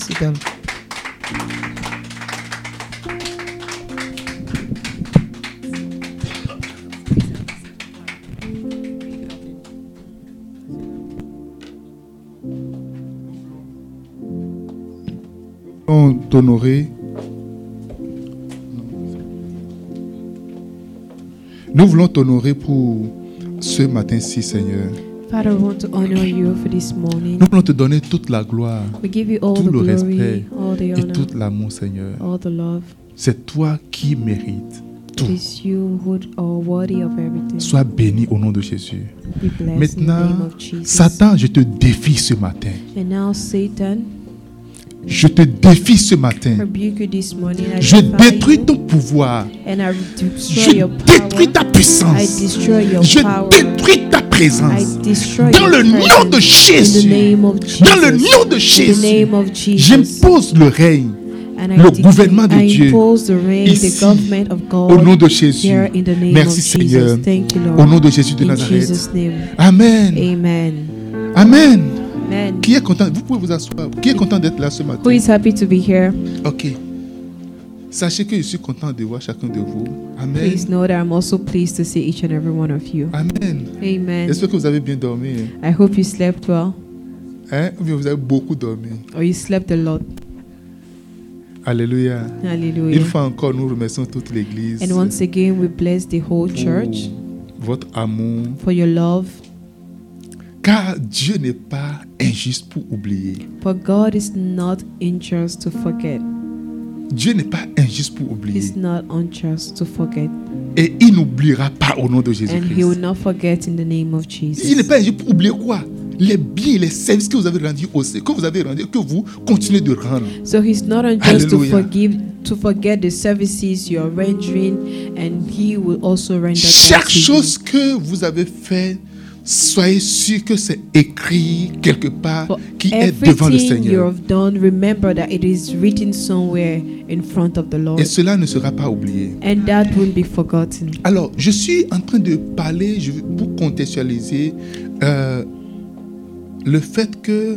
Merci Tom. On t'honorer. Nous voulons t'honorer pour ce matin-ci, Seigneur. Father, we want to honor you for this morning. Nous voulons te donner toute la gloire, We give you all tout the le glory, respect all the et honor, tout l'amour, Seigneur. all the love. C'est toi qui mérites It tout. is you who are worthy of everything. Sois béni au nom de Jésus. Be blessed in the name Maintenant, of Jesus. Satan, je te défie ce matin. And now Satan, Je te défie ce matin. rebuke you this morning. I Je defy détruis you, ton pouvoir. and I destroy Je your power. détruis ta I puissance. destroy your Je power. détruis ta I présence. destroy Dans your le nom de presence. In the Jésus. name of Jesus. Dans le nom de In the Jésus. name of Jesus. J'impose le règne And I le decree- gouvernement de I Dieu impose the reign, ici, the government of God, au nom de Jésus. here in the name Merci of Jesus. Seigneur. Thank you, Lord. Au nom de Jésus de In Nazareth. Jesus' name. Amen. Amen. Amen. Amen. Qui est content Vous pouvez vous asseoir. Qui est content d'être là ce Who matin is happy to be here? Ok. Sachez que je suis content de voir chacun de vous. Amen. Please know that I'm also pleased to see each and every one of you. Amen. Amen. J'espère que vous avez bien dormi. I hope you slept well Hein? Ou bien vous avez beaucoup dormi. or you slept a lot. Alléluia. Une Hallelujah. fois encore, nous remercions toute l'Église And once again, we bless the whole church pour votre amour. for your love. Car Dieu n'est pas injuste pour oublier. But God is not unjust to forget. Dieu n'est pas injuste pour oublier. He's not unjust to forget. Et il n'oubliera pas au nom de And He will Jésus-Christ. not forget in the name of Il n'est Jesus. pas injuste pour oublier quoi Les biens, les services que vous avez rendus au que vous avez rendus, que vous continuez de rendre. So He's not unjust to Hallelujah. forgive, to forget the services you are rendering, and He will also render back Chaque to you. chose que vous avez fait, soyez sûr que c'est écrit quelque part For qui est e devant le everything you Seigneur. have done, remember that it is written somewhere in front of the Lord, Et cela ne sera pas oublié. and that won't be forgotten. Alors, je suis en train de parler je, veux- pour contextualiser euh, le fait que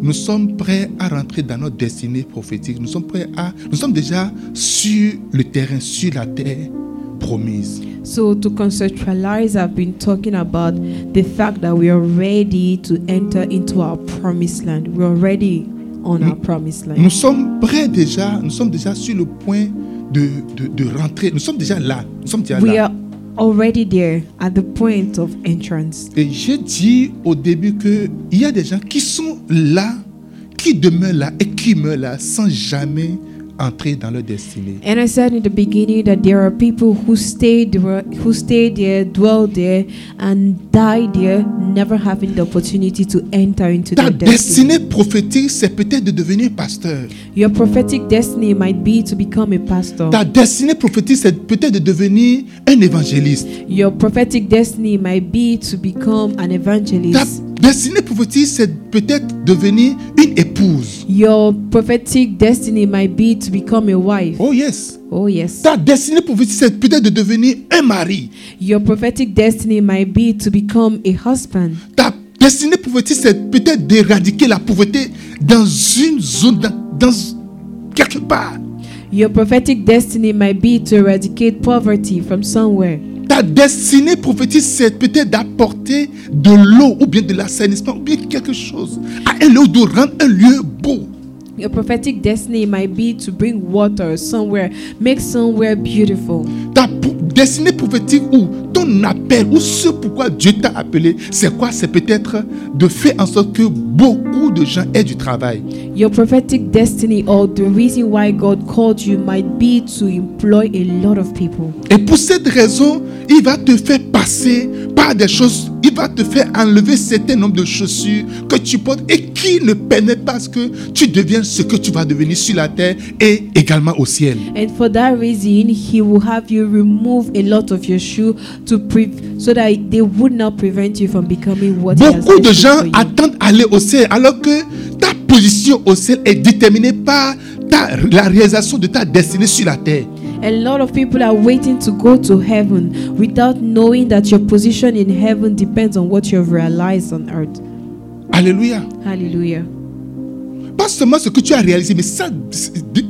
nous sommes prêts à rentrer dans notre destinée prophétique. Nous sommes prêts à, nous sommes déjà sur le terrain, sur la terre promise. So, to conceptualize, I've been talking about the fact that we are ready to enter into our promised land. We are ready on Mm. our promised Nous land. sommes prêts déjà, nous sommes déjà sur le point de, de, de rentrer. Nous sommes déjà là. Nous sommes déjà We là. are already there at the point of entrance. Et j'ai dit au début que il y a des gens qui sont là, qui demeurent là et qui meurent là sans jamais entrer dans leur destinée. And I said in the beginning that there are people who stay there, who stay there, dwell there, and die there, never having the opportunité to enter into Ta their destiny. destinée prophétique, c'est peut-être de devenir pasteur. Your prophetic destiny might be to become a pastor. Ta destinée prophétique, c'est peut-être de devenir un évangéliste. Your prophetic destiny might be to become an Ta evangelist. destinée prophétique, c'est peut-être devenir une épouse. Your prophetic destiny might be to become a wife. Oh yes. Oh, yes. Ta destinée prophétique, c'est peut-être de devenir un mari. Your prophetic destiny might be to become a husband. Ta destinée prophétique, c'est peut-être d'éradiquer la pauvreté dans une zone, dans, dans- quelque part. Your prophetic destiny might be to eradicate poverty from somewhere. Ta destinée prophétique, c'est peut-être d'apporter de l'eau ou bien de l'assainissement ou bien quelque chose à un lieu, de rendre un lieu beau. Your prophetic destiny might be to bring water somewhere, make somewhere beautiful. Ta pro- destinée prophétique ou ton appel ou ce pourquoi Dieu t'a appelé, c'est quoi C'est peut-être de faire en sorte que beaucoup de gens aient du travail. Your prophetic destiny or the reason why God called you might be to employ a lot of people. Et pour cette raison, il va te faire passer par des choses, il va te faire enlever certain nombre de chaussures que tu portes et qui ne permettent pas à ce que tu deviennes ce que tu vas devenir sur la terre et également au ciel. And for that reason, he will have you remove a lot of your shoe to pre- so that they would not prevent you from becoming what he has Beaucoup de destined gens for you. attendent aller au ciel alors que ta position au ciel est déterminée par ta- la réalisation de ta destinée sur la terre. A lot of people are waiting to go to heaven without knowing that your position in heaven depends on what you have realized on earth. Alléluia. Hallelujah. pas seulement ce que tu as réalisé, mais ça,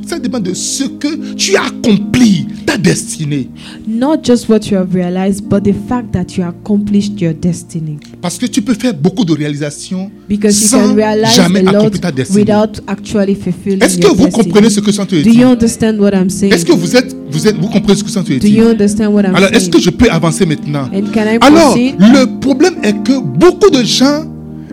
ça dépend de ce que tu as accompli, ta destinée. Not just what you have realized, but the fact that you accomplished your destiny. Parce que tu peux faire beaucoup de réalisations Because you sans can realize jamais a lot accomplir ta destinée. without actually fulfilling Est-ce que your vous destiny. comprenez ce que je suis en train de Do you dire understand what I'm saying? Est-ce que vous êtes, vous êtes, vous comprenez ce que je suis en train de Do you dire understand what I'm Alors, est-ce saying? que je peux avancer maintenant And can I Alors, proceed? le problème est que beaucoup de gens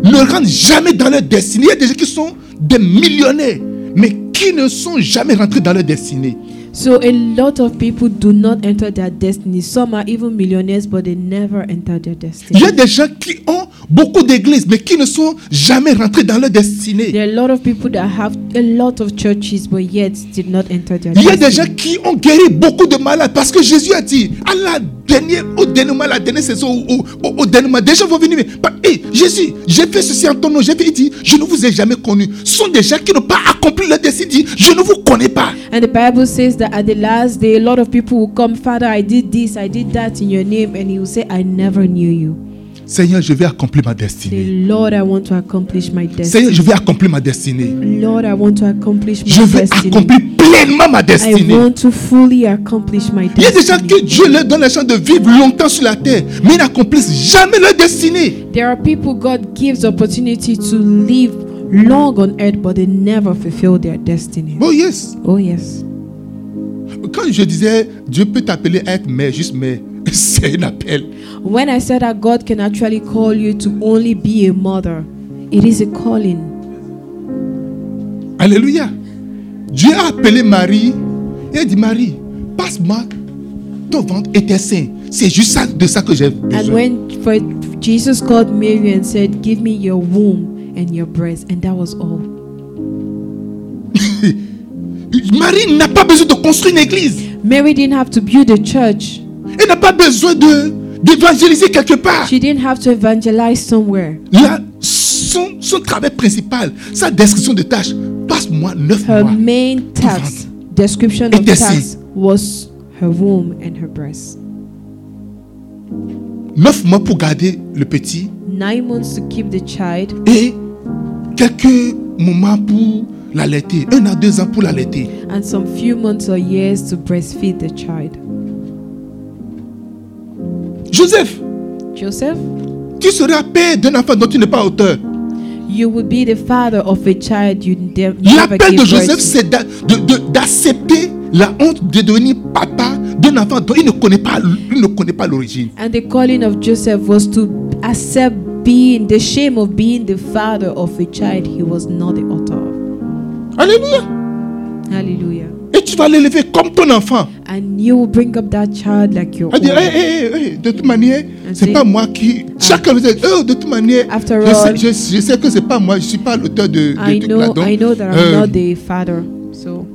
ne rentrent jamais dans leur destinée. Il y a des gens qui sont des millionnaires, mais qui ne sont jamais rentrés dans leur destinée. So a lot of people do not enter their destiny. Some are even millionaires, but they never enter their Il destiny. y a des gens qui ont beaucoup d'églises, mais qui ne sont jamais rentrés dans leur destinée. There are a lot of people that have a lot of churches, but yet did not enter their Il y a des destiny. gens qui ont guéri beaucoup de malades parce que Jésus a dit à la dernière, au dernier moment, à la dernière saison, au, au- au- au dernier moment, des gens vont venir. Mais, bah, hé, Jésus, j'ai fait ceci en ton nom. J'ai fait, il dit, je ne vous ai jamais connu. Ce sont des gens qui n'ont pas accompli leur destin. Il dit, je ne vous connais pas. And the Bible says that at the last day, a lot of people will come, Father, I did this, I did that in your name. And he will say, I never knew you. Seigneur, je vais accomplir ma destinée. Say, Lord, I want to accomplish my destiny. Seigneur, je vais accomplir ma destinée. Lord, I want to accomplish my Je vais destiny. accomplir pleinement ma I destinée. want to fully accomplish my Il y a des gens destiny. que Dieu leur donne la chance de vivre longtemps sur la terre, mais ils n'accomplissent jamais leur destinée. There are people God gives opportunity to live long on earth, but they never fulfill their destiny. Oh yes. Oh yes. Quand je disais Dieu peut t'appeler à être mère, juste mère, c'est un appel. When I said that God can actually call you to only be a mother, it is a calling. Alléluia. Dieu a appelé Marie et a dit Marie, passe-moi ton ventre et tes seins. C'est juste ça, de ça que j'ai And besoin. when for Jesus called Mary and said, "Give me your womb and your breast," and that was all. Marie n'a pas besoin de construire une église. Mary didn't have to build a church. Elle n'a pas besoin de d'évangéliser quelque part. She didn't have to evangelize somewhere. Là, son, son travail principal, sa description de tâche, passe-moi neuf Her mois. main task, description Et of tes task, was her womb and her breast. Neuf mois pour garder le petit Nine months to keep the child et quelques moments pour l'allaiter. Un à deux ans pour l'allaiter. and some few months or years to breastfeed the child. Joseph, Joseph, tu seras père d'un enfant dont tu n'es pas auteur. you will be the father of a child you ne- never L'appel gave de birth Joseph, to. c'est d'a- de- de- d'accepter la honte de devenir papa d'un enfant dont il ne connaît pas, il ne connaît pas l'origine. And the calling of Joseph was to accept being the shame of being the father of a child he was not the author of. Alléluia. Hallelujah. Et tu vas l'élever comme ton enfant. And you will bring up that child like your Elle dit, own. Hey, hey, hey, hey, de toute manière, c'est c'est- pas moi qui. Chacun vous dit, oh, de toute manière, After je, sais, all- je, je sais que c'est pas moi, je suis pas l'auteur de, de I tout know, là-dedans. I know that I'm Euh, not the father. So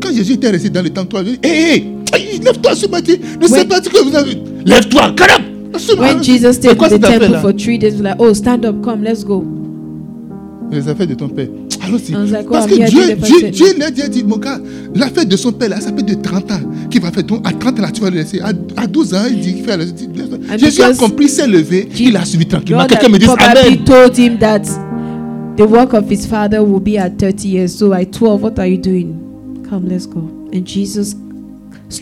Quand Jésus était resté dans le temple, il dit, hé, hé, lève-toi ce matin, ne sais When- pas ce que vous avez. Lève-toi, calme. when Jesus stayed quoi in cette the affaire temple là for three days, like, oh, stand up, come, let's go. Les affaires de ton père. Allons y On s'est Parce que accordi à Dieu, des Dieu, personnes. Dieu lui a dit, dit, mon gars, l'affaire de son père, là, ça fait de 30 ans qu'il va faire. Donc, à 30 ans, là, tu vas le laisser. À, à 12 ans, il dit qu'il fait. la- And Jésus a Ah, because compris, s'est levé, il a suivi tranquillement. Quelqu'un me dit, Amen. probably told him that the work of his father will be at 30 years. So at 12, what are you doing? Come, let's go. And Jesus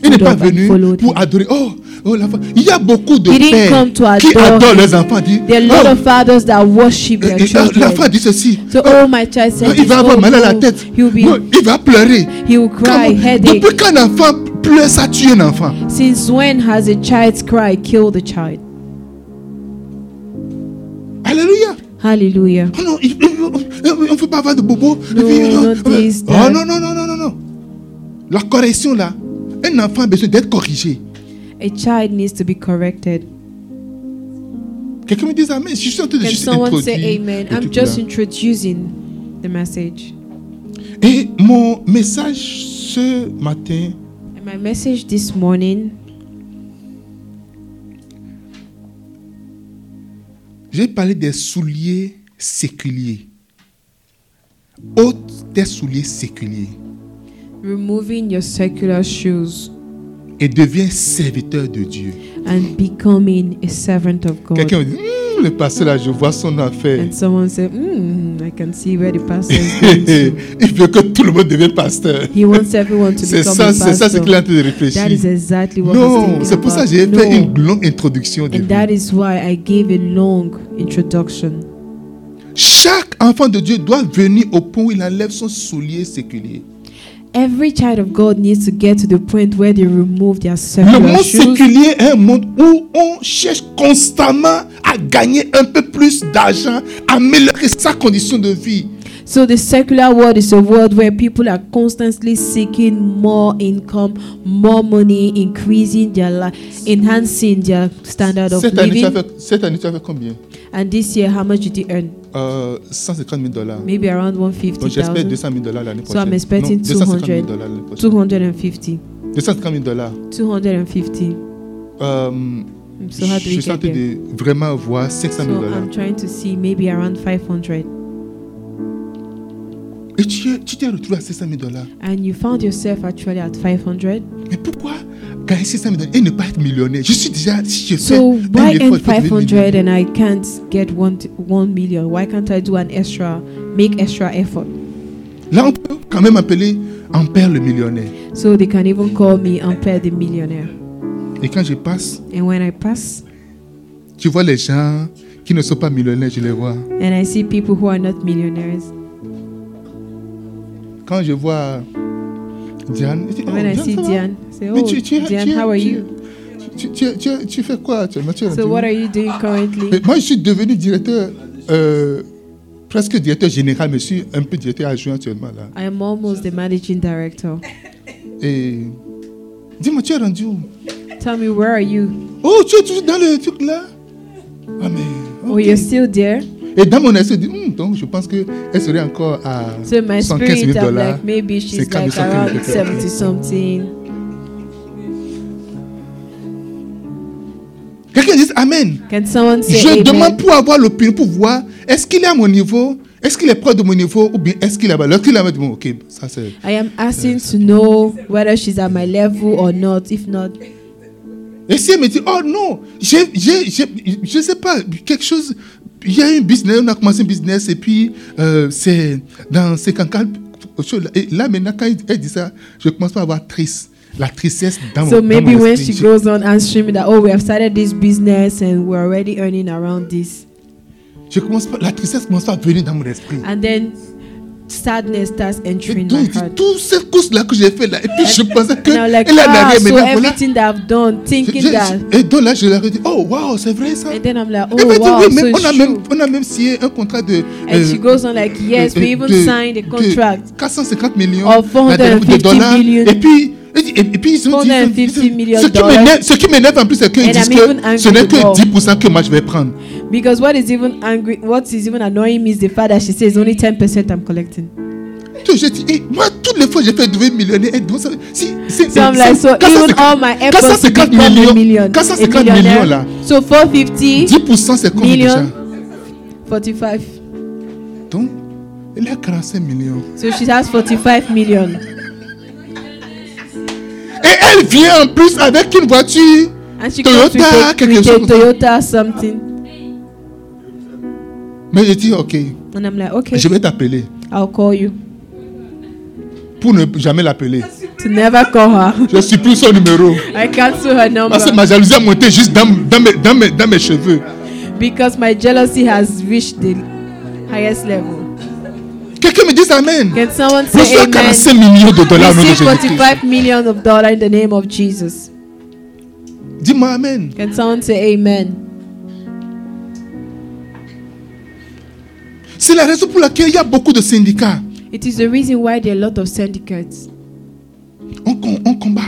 Il n'est stood pas up and venu followed him. pour adorer. Oh, oh la fa- Il y a beaucoup de He didn't come to pères qui adore adorent him. leurs enfants. Dit, oh, euh, There are a lot of fathers that worship Eh, their L'enfant children. dit ceci. So, Oh, oh, my child non, said, il this, va oh, avoir mal à la no, tête. He'll be, Non, il va pleurer. he will cry, Comment- headache. Depuis qu'un enfant pleure, ça tue un enfant. Since when has a child's cry killed the child? Alléluia. Hallelujah. Oh non, il- il- on ne peut pas avoir de bobo. No, Et puis, not oh, this, oh, that. non, non, non, non, non, non. La correction là, un enfant a besoin d'être corrigé. A child needs to be corrected. Quelqu'un me dit Amen. Je suis en train de Can juste someone introduire say amen? le I'm truc just là. introducing the message. Et mon message ce matin, And my message this morning, J'ai parlé des souliers séculiers. Ôte tes souliers séculiers removing your secular shoes et deviens serviteur de Dieu. and becoming a servant of God. Quelqu'un me dit, Hum, le pasteur là, je vois son affaire. And someone said, Hmm, I I can see where the pastor is going to. Il veut que tout le monde devienne pasteur. He wants everyone to C'est become ça, a c'est ça ce pastor. qu'il est en train de That is réfléchir. exactly what he's Non, thinking c'est pour ça about. que j'ai fait No. une longue introduction au début. And that is why I gave a long introduction. Chaque enfant de Dieu doit venir au point où il enlève son soulier séculier. Every child of God needs to get to the point where they remove their Le secular monde shoes. séculier est un monde où on cherche constamment à gagner un peu plus d'argent, à améliorer sa condition de vie. So the secular world is a world where people are constantly seeking more income, more money, increasing their life, enhancing their standard of Cette année, tu as living. fait, cette année, tu as fait combien And this year, how much did you earn? Euh, 150 000 dollars. Maybe around one Donc fifty j'espère thousand. 200 000 dollars l'année So prochaine. I'm expecting Non, 250 000 200. dollars l'année prochaine. 250. 250 000 dollars. 250. Euh, I'm so je happy we suis en get train there. de vraiment voir 500 000 So dollars. I'm trying to see maybe around 500. Et tu es- tu t'es retrouvé à 500 000 dollars. And you found yourself actually at 500. Mais pourquoi gagner 600 000 dollars et ne pas être millionnaire Je suis déjà, si je fais So un why earn effort, je peux devenir 500 millionnaire. and I can't get one t- one million? Why can't I do an extra, make extra effort? Là, on peut quand même appeler Ampère le millionnaire. So they can even call me Ampere the millionaire. Et quand je passe, And when I pass tu vois les gens qui ne sont pas millionnaires, je les vois. and I see people who are not millionaires, Quand je vois Diane, je dis, oh, when I Diane, see ça va? Diane, I say, Mais "Oh, tu, tu, es- Diane, tu es- how are tu- you? tu, tu es- tu es- tu fais quoi actuellement Tu es- tu- So what are you doing Mais currently?" moi, je suis devenu directeur, euh, presque directeur général, mais je suis un peu directeur adjoint actuellement. Là. I am almost the managing director. Et dis-moi, tu es rendu où Tell me, where are you? Oh, tu es toujours dans le truc là Ah, mais. Oh, ok. you're still there. Et dans mon esprit, je dis, Hum, donc je pense qu'elle serait encore à So in my 115 000 spirit, I'm dollars. like, maybe she's 50 like 000 around dollars. 70 something. Quelqu'un dit Amen. Can someone say Je demande amen? pour avoir l'opinion, pour voir est-ce qu'il est à mon niveau, est-ce qu'il est proche de mon niveau, ou bien est-ce qu'il est là-bas. Lorsqu'il est là-bas, je dis, bon, ok, ça c'est. I am asking to know whether she's at my level or not. If not, Et si elle me dit, oh non, j'ai, j'ai, j'ai- je ne sais pas, quelque chose, il y a un business, on a commencé un business, et puis euh, c'est dans ces cancans. Et là maintenant, quand elle dit ça, je commence pas à avoir triste, la tristesse dans mon so maybe dans mon when esprit. she goes on answering me that, oh, we have started this business and we're already earning around this, Je, je commence pas, la tristesse commence pas à venir dans mon esprit. and then sadness starts Et entering my donc, heart. toutes ces courses-là que j'ai fait là, et puis je pensais que And I'm like, elle en ah, avait, mais so là, voilà. everything that I've done, Je- thinking that, je- Et donc là, je leur ai dit, oh wow, c'est vrai ça. and then I'm like, Elle m'a oh dit, wow, oui, so mais on a, it's même, true. on a même signé un contrat de. And euh, she goes on like, yes, de- we even de- signed a de contract. 450 millions bah, Of 450 de dollars. million. Et puis, et, et- et puis ils ont dit, ils ont dit- 450 million ce qui dollars. m'énerve- ce qui m'énerve en plus, c'est qu'ils And disent I'm even que angry ce n'est que more. 10% que moi je vais prendre. Because what is even angry, what is even annoying me is the fact that she says only 10% I'm collecting. Tout, j'ai dit, et moi, toutes les fois, j'ai fait devenir millionnaire. Et donc, ça- si, si, So I'm like, so even all my efforts to 450 become a millions, million, a 450 millions là, millionaire. So 450, 10% c'est combien déjà million, 45. Donc, il a 45 millions. So she has 45 million. Et elle vient en plus avec une voiture. And she comes with, Toyota, a, quelque with chose a comme ça. Toyota something. Mais j'ai dit, ok, And I'm like, okay, je vais t'appeler I'll call you. pour ne jamais l'appeler. To never call her. Je supprime son numéro. I cancel her Parce que number ma jalousie a monté juste dans, dans mes, dans mes- dans mes cheveux. because my jealousy has reached the highest level. Quelqu'un me dit Amen. Can someone say Reçois amen? 45 millions de dollars au nom de Receive Jésus-Christ. 45 million of dollars in the name of Jesus. Dis-moi Amen. Can someone say amen? C'est la raison pour laquelle il y a beaucoup de syndicats. It is the reason why there are a lot of syndicates. On, com- on combat,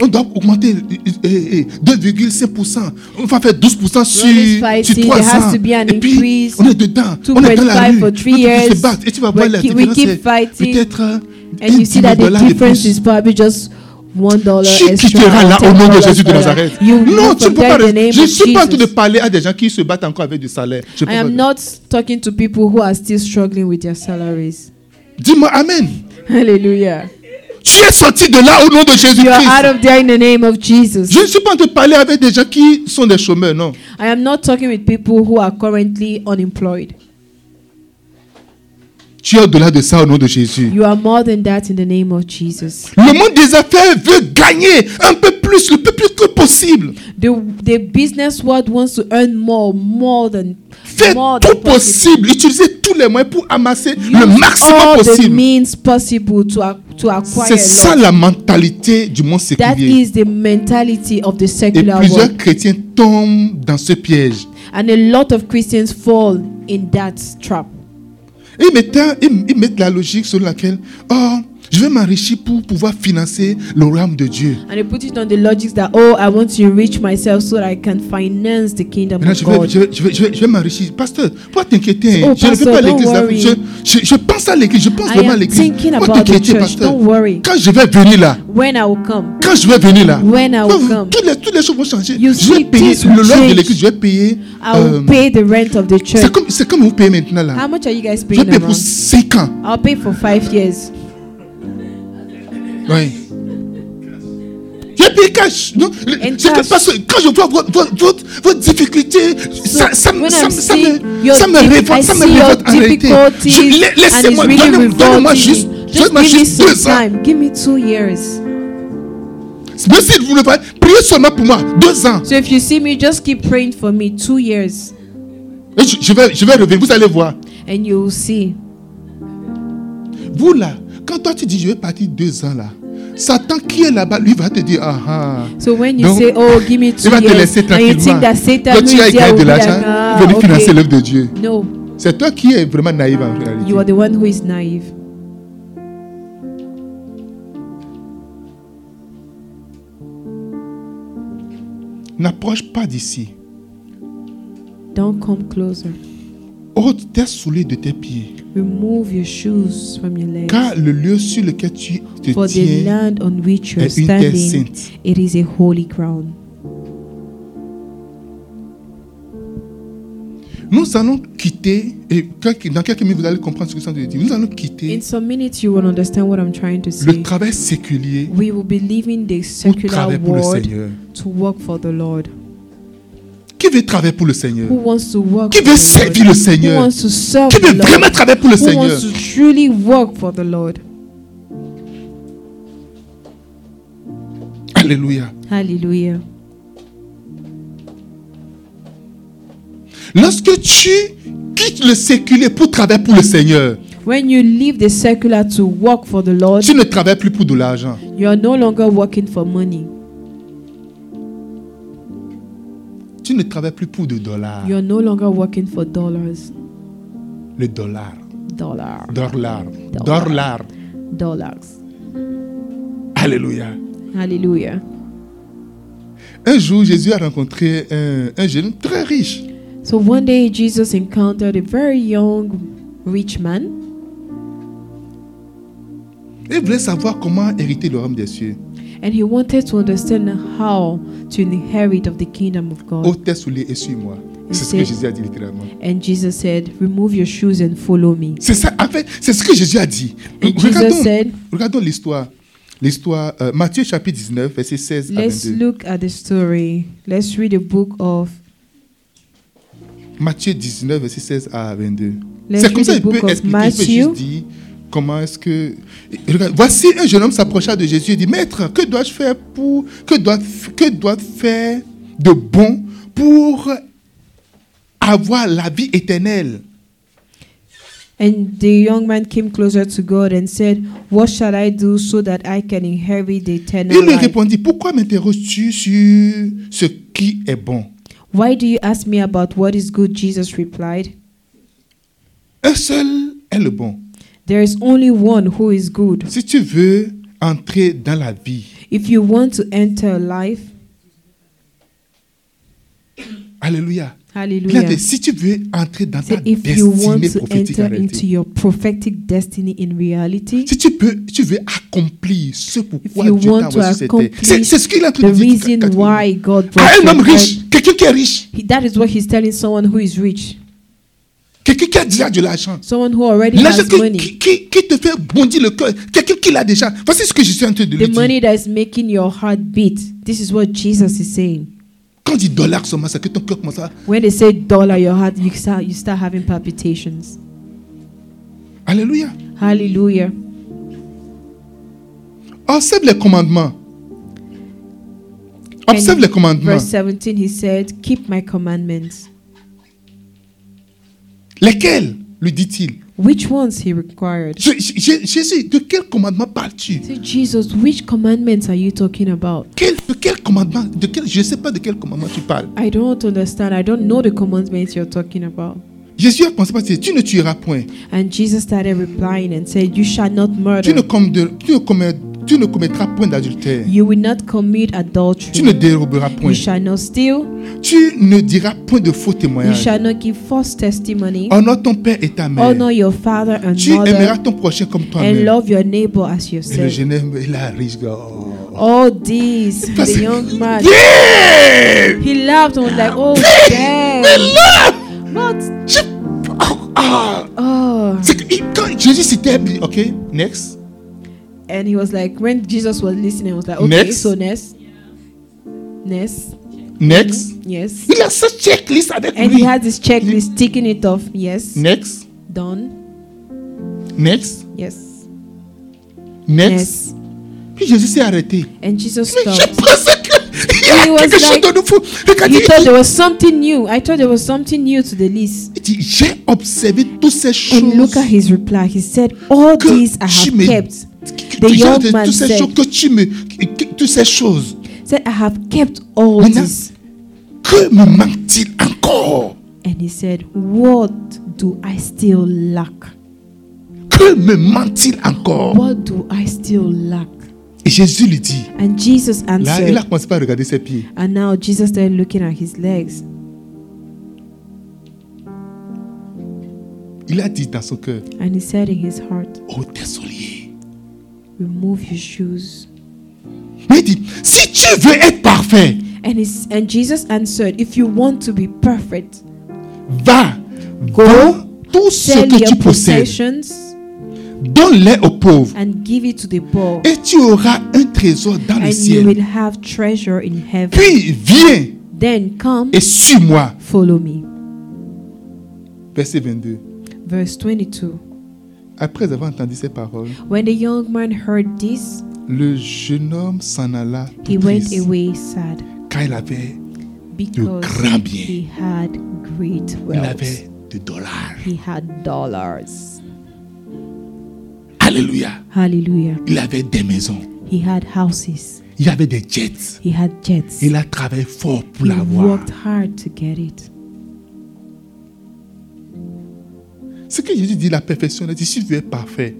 on doit augmenter euh, euh, euh, 2,5%. On va faire 12% We're sur, always sur fighting. 3 There has ans. to be an Et puis, increase. on est dedans. On est dans 2.5 la rue. for On three se years. battre. Et tu vas We voir la keep- we différence. keep c'est fighting. Peut-être euh, And you see 10 000 that the dollars de difference plus. is probably just one dollar Tu extra. quitteras or là au ten nom de dollars Jésus de dollar. Nazareth. oh, You will Non, not tu ne peux pas. forget the name Je ne of suis pas en train de Jesus. parler à des gens qui se battent encore avec du salaire. Je peux I am pas- not talking to people who are still struggling with their salaries. Dis-moi Amen. Hallelujah. Tu es sorti de là au nom de You are out Jésus-Christ. of there in the name of Jesus. Je ne suis pas en train de parler avec des gens qui sont des chômeurs, non. I am not talking with people who are currently unemployed. Tu es au-delà de ça au nom de Jésus. You are more than that in the name of Jesus. Le monde des affaires veut gagner un peu plus, le peu plus que possible. The, the business world wants to earn more, more than Fais more tout than possible. possible. Utilisez tous les moyens pour amasser le Use maximum all the possible. means possible to, ac- to acquire. C'est a ça lot. la mentalité du monde That séculier. is the mentality of the Et secular plusieurs world, chrétiens tombent dans ce piège. and a lot of Christians fall in that trap. Ils mettent, ils- ils mettent la logique selon laquelle, oh, je vais m'enrichir pour pouvoir financer le royaume de Dieu. And they put it on the logics that oh, I want to enrich myself so that I can finance the kingdom Maintenant, of je Oh vais, God. je vais, je vais, je vais, je vais m'enrichir. Pasteur, pourquoi t'inquiéter hein? Oh, Je ne veux pasteur, pas à don't l'église. là. worry. Je, je, je pense à l'église. Je pense I vraiment à am l'église. thinking about Pourquoi the t'inquiéter, church. pasteur Don't worry. Quand je vais venir là, When I will come, quand je vais venir là, When I will quand vous- come. toutes, les, toutes les choses vont changer. You je vais see, payer things will le loyer de change. l'église. Je vais payer. I will euh, pay the rent of the c'est church. comme, c'est comme vous payez maintenant How là. much are you guys Je vais paying payer pour around? 5 ans. I'll pay for five years. Oui. J'ai payé cash. Non, Le- And c'est que cash. parce que quand je vois votre, votre, votre, votre difficulté, ça, ça, me- when ça, I'm me- ça seeing me, your ça me dif- révolte, I ça me see your révolte en réalité. difficulties Je- la- and Laissez-moi, it's really donnez- donnez-moi revolting. juste, Just donnez-moi give me juste deux some ans. time. Give me two years. Même si vous ne voulez pas, priez seulement pour moi, deux ans. So if you see me, just keep praying for me two years, Et je, je vais, je vais revenir, vous allez voir. and you will see. Vous là, quand toi tu dis je vais partir deux ans là, Satan qui est là-bas, lui va te dire ah ah. So when you Donc, say, "Oh, give me Il two va te years," laisser and you tranquillement. think that Toi, Satan who tu as is there gagné will de be like, l'argent, "Ah, venir financer okay." l'œuvre de Dieu. No, C'est toi qui es vraiment naïf en réalité. you are the one who is naive. N'approche pas d'ici. Don't come closer. Ôte tes souliers de tes pieds, Remove your shoes from your legs. car le lieu sur lequel tu te For the tiens land on which you are est une terre standing, sainte. it is a holy ground. Nous allons quitter, et quelques- dans quelques minutes vous allez comprendre ce que ça veut dire. Nous allons quitter In some minutes, you will understand what I'm trying to le say. travail séculier We will be leaving the pour secular travailler pour le world Seigneur. to work for the Lord. Qui veut travailler pour le Seigneur Who wants to work Qui for veut the servir Lord? le Who Seigneur wants to serve Qui the veut Lord? vraiment travailler pour le Who Seigneur wants to truly work for the Lord? Alléluia. Hallelujah. Lorsque tu quittes le séculier pour travailler pour le Seigneur, When you leave the secular to work for the Lord, tu ne travailles plus pour de l'argent. you are no longer working for money. Tu ne travailles plus pour de dollars. You are no longer working for dollars. Le dollar. Dollar. Dollar. Dollar. Dollar. Dollars. Alléluia. Hallelujah. Un jour, Jésus a rencontré un, un jeune très riche. So one day Jesus encountered a very young rich man. Il voulait savoir comment hériter le royaume des cieux. And he wanted to understand how to inherit of the kingdom of God. Ôte Oh, tes souliers et suis-moi. C'est ce que C'est- Jésus a dit littéralement. And Jesus said, Remove your shoes and follow me. C'est ça, en fait, c'est ce que Jésus a dit. And Regardons, Jesus said, regardons l'histoire. L'histoire, euh, Matthieu chapitre 19, verset 16 à Let's 22. look at the story. Let's read the book of. Matthieu 19, verset 16 à 22. Let's C'est comme read ça the qu'il peut book of expliquer, il peut Matthew. juste dire comment est-ce que... Et regarde, voici un jeune homme s'approcha de Jésus et dit, Maître, que dois-je faire pour... Que dois, que dois faire de bon pour avoir la vie éternelle And the young man came closer to God and said, What shall I do so that I can inherit the eternal Il lui life? répondit, pourquoi m'interroges-tu sur ce qui est bon Why do you ask me about what is good? Jesus replied, Un seul est le bon. There is only one who is good. Si tu veux entrer dans la vie, If you want to enter life, alléluia. Il a dit, hallelujah. si tu veux entrer dans Say, ta if you want destinée to prophétique, en enter réalité, into your prophetic destiny in reality, Si tu, peux, tu veux accomplir ce pourquoi If you Dieu t'a want to envoyé sur cette terre. accomplish C'est c'est ce qu'il est en train the de dire. reason Catherine. why God À brought Ah, un you homme here- riche, quelqu'un qui est riche, He- that is what he's telling someone who is rich, quelqu'un qui a déjà de l'argent. someone who already L'argent has qui, money. qui, qui- qui te fait bondir le cœur, quelqu'un qui l'a déjà. Voici ce que je suis en train de lui The dire. money that is making your heart beat. This is what Jesus is saying. Quand il dit dollar seulement, c'est que ton cœur commence à. When they say dollar, your heart you start you start having palpitations. Alléluia. Hallelujah. Observe les commandements. Observe And les commandements. Verse 17, he said, Keep my commandments. Lesquels lui dit-il Which ones he required? Je- je- je- Jésus, de quel commandement parles-tu So, Jesus, which commandments are you talking about? Quel- De quel commandement de quel, Je ne sais pas de quel commandement tu parles. I don't understand. I don't know the commandments you're talking about. Jésus a commencé par dire, tu ne tueras point. And Jesus started replying and said, You shall not Tu ne, murder. com- de- tu ne commet- tu ne commettras point d'adultère. You will not commit Tu ne adultery. déroberas point. You shall not steal. Tu ne diras point de faux You témoignages. shall not give false testimony. Honore ton père et ta mère. Honor your father and Tu aimeras mother. ton prochain comme And toi-même. love your neighbor as Et le yourself. jeune homme, il a riche. Oh. All these, the young man, Yeah! he laughed and was like, Oh, Mais damn. là, What? je- oh, ah. Oh. C'est que il- quand Jésus citait, il dit, ok, next. And he was like, When Jesus was listening, he was like, Okay, Next. so next. Next. Next. Yes. Il a cette checklist avec And he lui. has this checklist ticking it off. Yes. Next. Done. Next. Yes. Next. Yes. Puis Jésus s'est arrêté. And Jesus Mais je stopped. pensais qu'il y He a was quelque chose like- de nouveau. Regardez, He il thought dit- there was something new. I thought there was something new to the list. il dit, j'ai observé toutes ces And choses look at his reply. He said, All que these I tu have me- kept. que- The que- young de- man toutes ces said- choses que tu me que- que- toutes ces choses Said, I have kept all Maintenant- this. que me manque-t-il encore And he said, What do I still lack? que me manque-t-il encore What do I still lack? et Jésus lui dit And Jesus là il a answered. commencé par regarder ses pieds And now Jesus started looking at his legs. il a dit dans son cœur And he said in his heart, oh tes souliers Remove your shoes. mais il dit si tu veux être parfait And, his, and Jesus answered, If you want to be perfect, va vends tout ce sell que tu your possèdes possessions donne-les aux pauvres and give it to the poor, et tu auras un trésor dans and le you will ciel have treasure in heaven. puis viens Then come, et suis-moi follow me. verset 22 Verse 22. après avoir entendu ces paroles When the young man heard this, Le jeune homme s'en alla he tout went triste, away sad car il avait, because grand bien. he had great il wealth. avait des dollars. He had dollars. Alléluia. Hallelujah. Il avait des maisons. He had houses. Il avait des jets. He had jets. Il a travaillé fort pour he l'avoir. worked hard to get it. Ce que Jésus dit, la perfection, il a dit, si tu veux être parfait,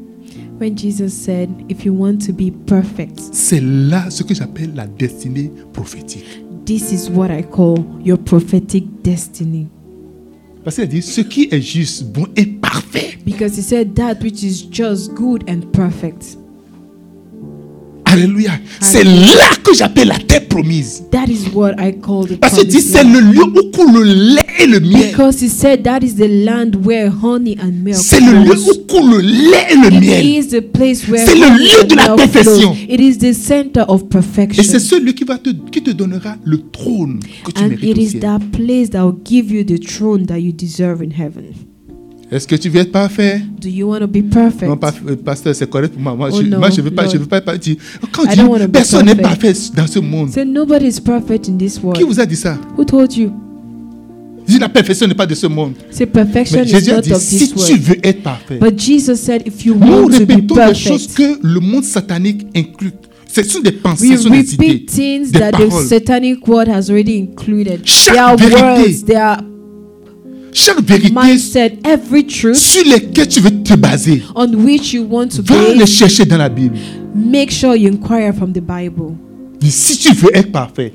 When Jesus said, If you want to be perfect, c'est là ce que j'appelle la destinée prophétique. this is what I call your prophetic destiny. Parce qu'il a dit, ce qui est juste, bon et parfait. Because he said that which is just good and perfect. Alléluia. C'est là que j'appelle la terre promise. That is what I call the Parce qu'il dit, promised c'est land. le lieu où coule le lait et le miel. Because he said that is the land where honey and milk C'est le lieu flows. où coule le lait et le It miel. is the place where C'est le honey lieu and de la milk flows. perfection. It is the center of Et c'est perfection. celui qui, va te, qui te donnera le trône que tu And mérites it au is ciel. that place that will give you the throne that you deserve in heaven. Est-ce que tu veux être parfait Do you want to be Non, perfect? pas- euh, pasteur, c'est correct pour moi. Moi, Oh je ne non, veux pas, non. je veux pas, pas dire. Quand I don't wanna Dieu, be personne n'est parfait perfect. dans ce monde. Say nobody is perfect in this world. Qui vous a dit ça Who told you? Dit la perfection n'est pas de ce monde. Say perfection Mais is Jésus a not dit of si this tu world. veux être parfait. But Jesus said, if you Nous want to be répétons des choses perfect, que le monde satanique inclut. Ce sont des pensées, we ce sont des idées, repeat things des that the paroles. satanic world has already included. Chaque There are vérité, words, there are Chaque vérité mindset, every truth sur laquelle tu veux te baser, on which you want to va les base. chercher dans la Bible. Make sure you inquire from the Bible. Dis si tu veux être parfait.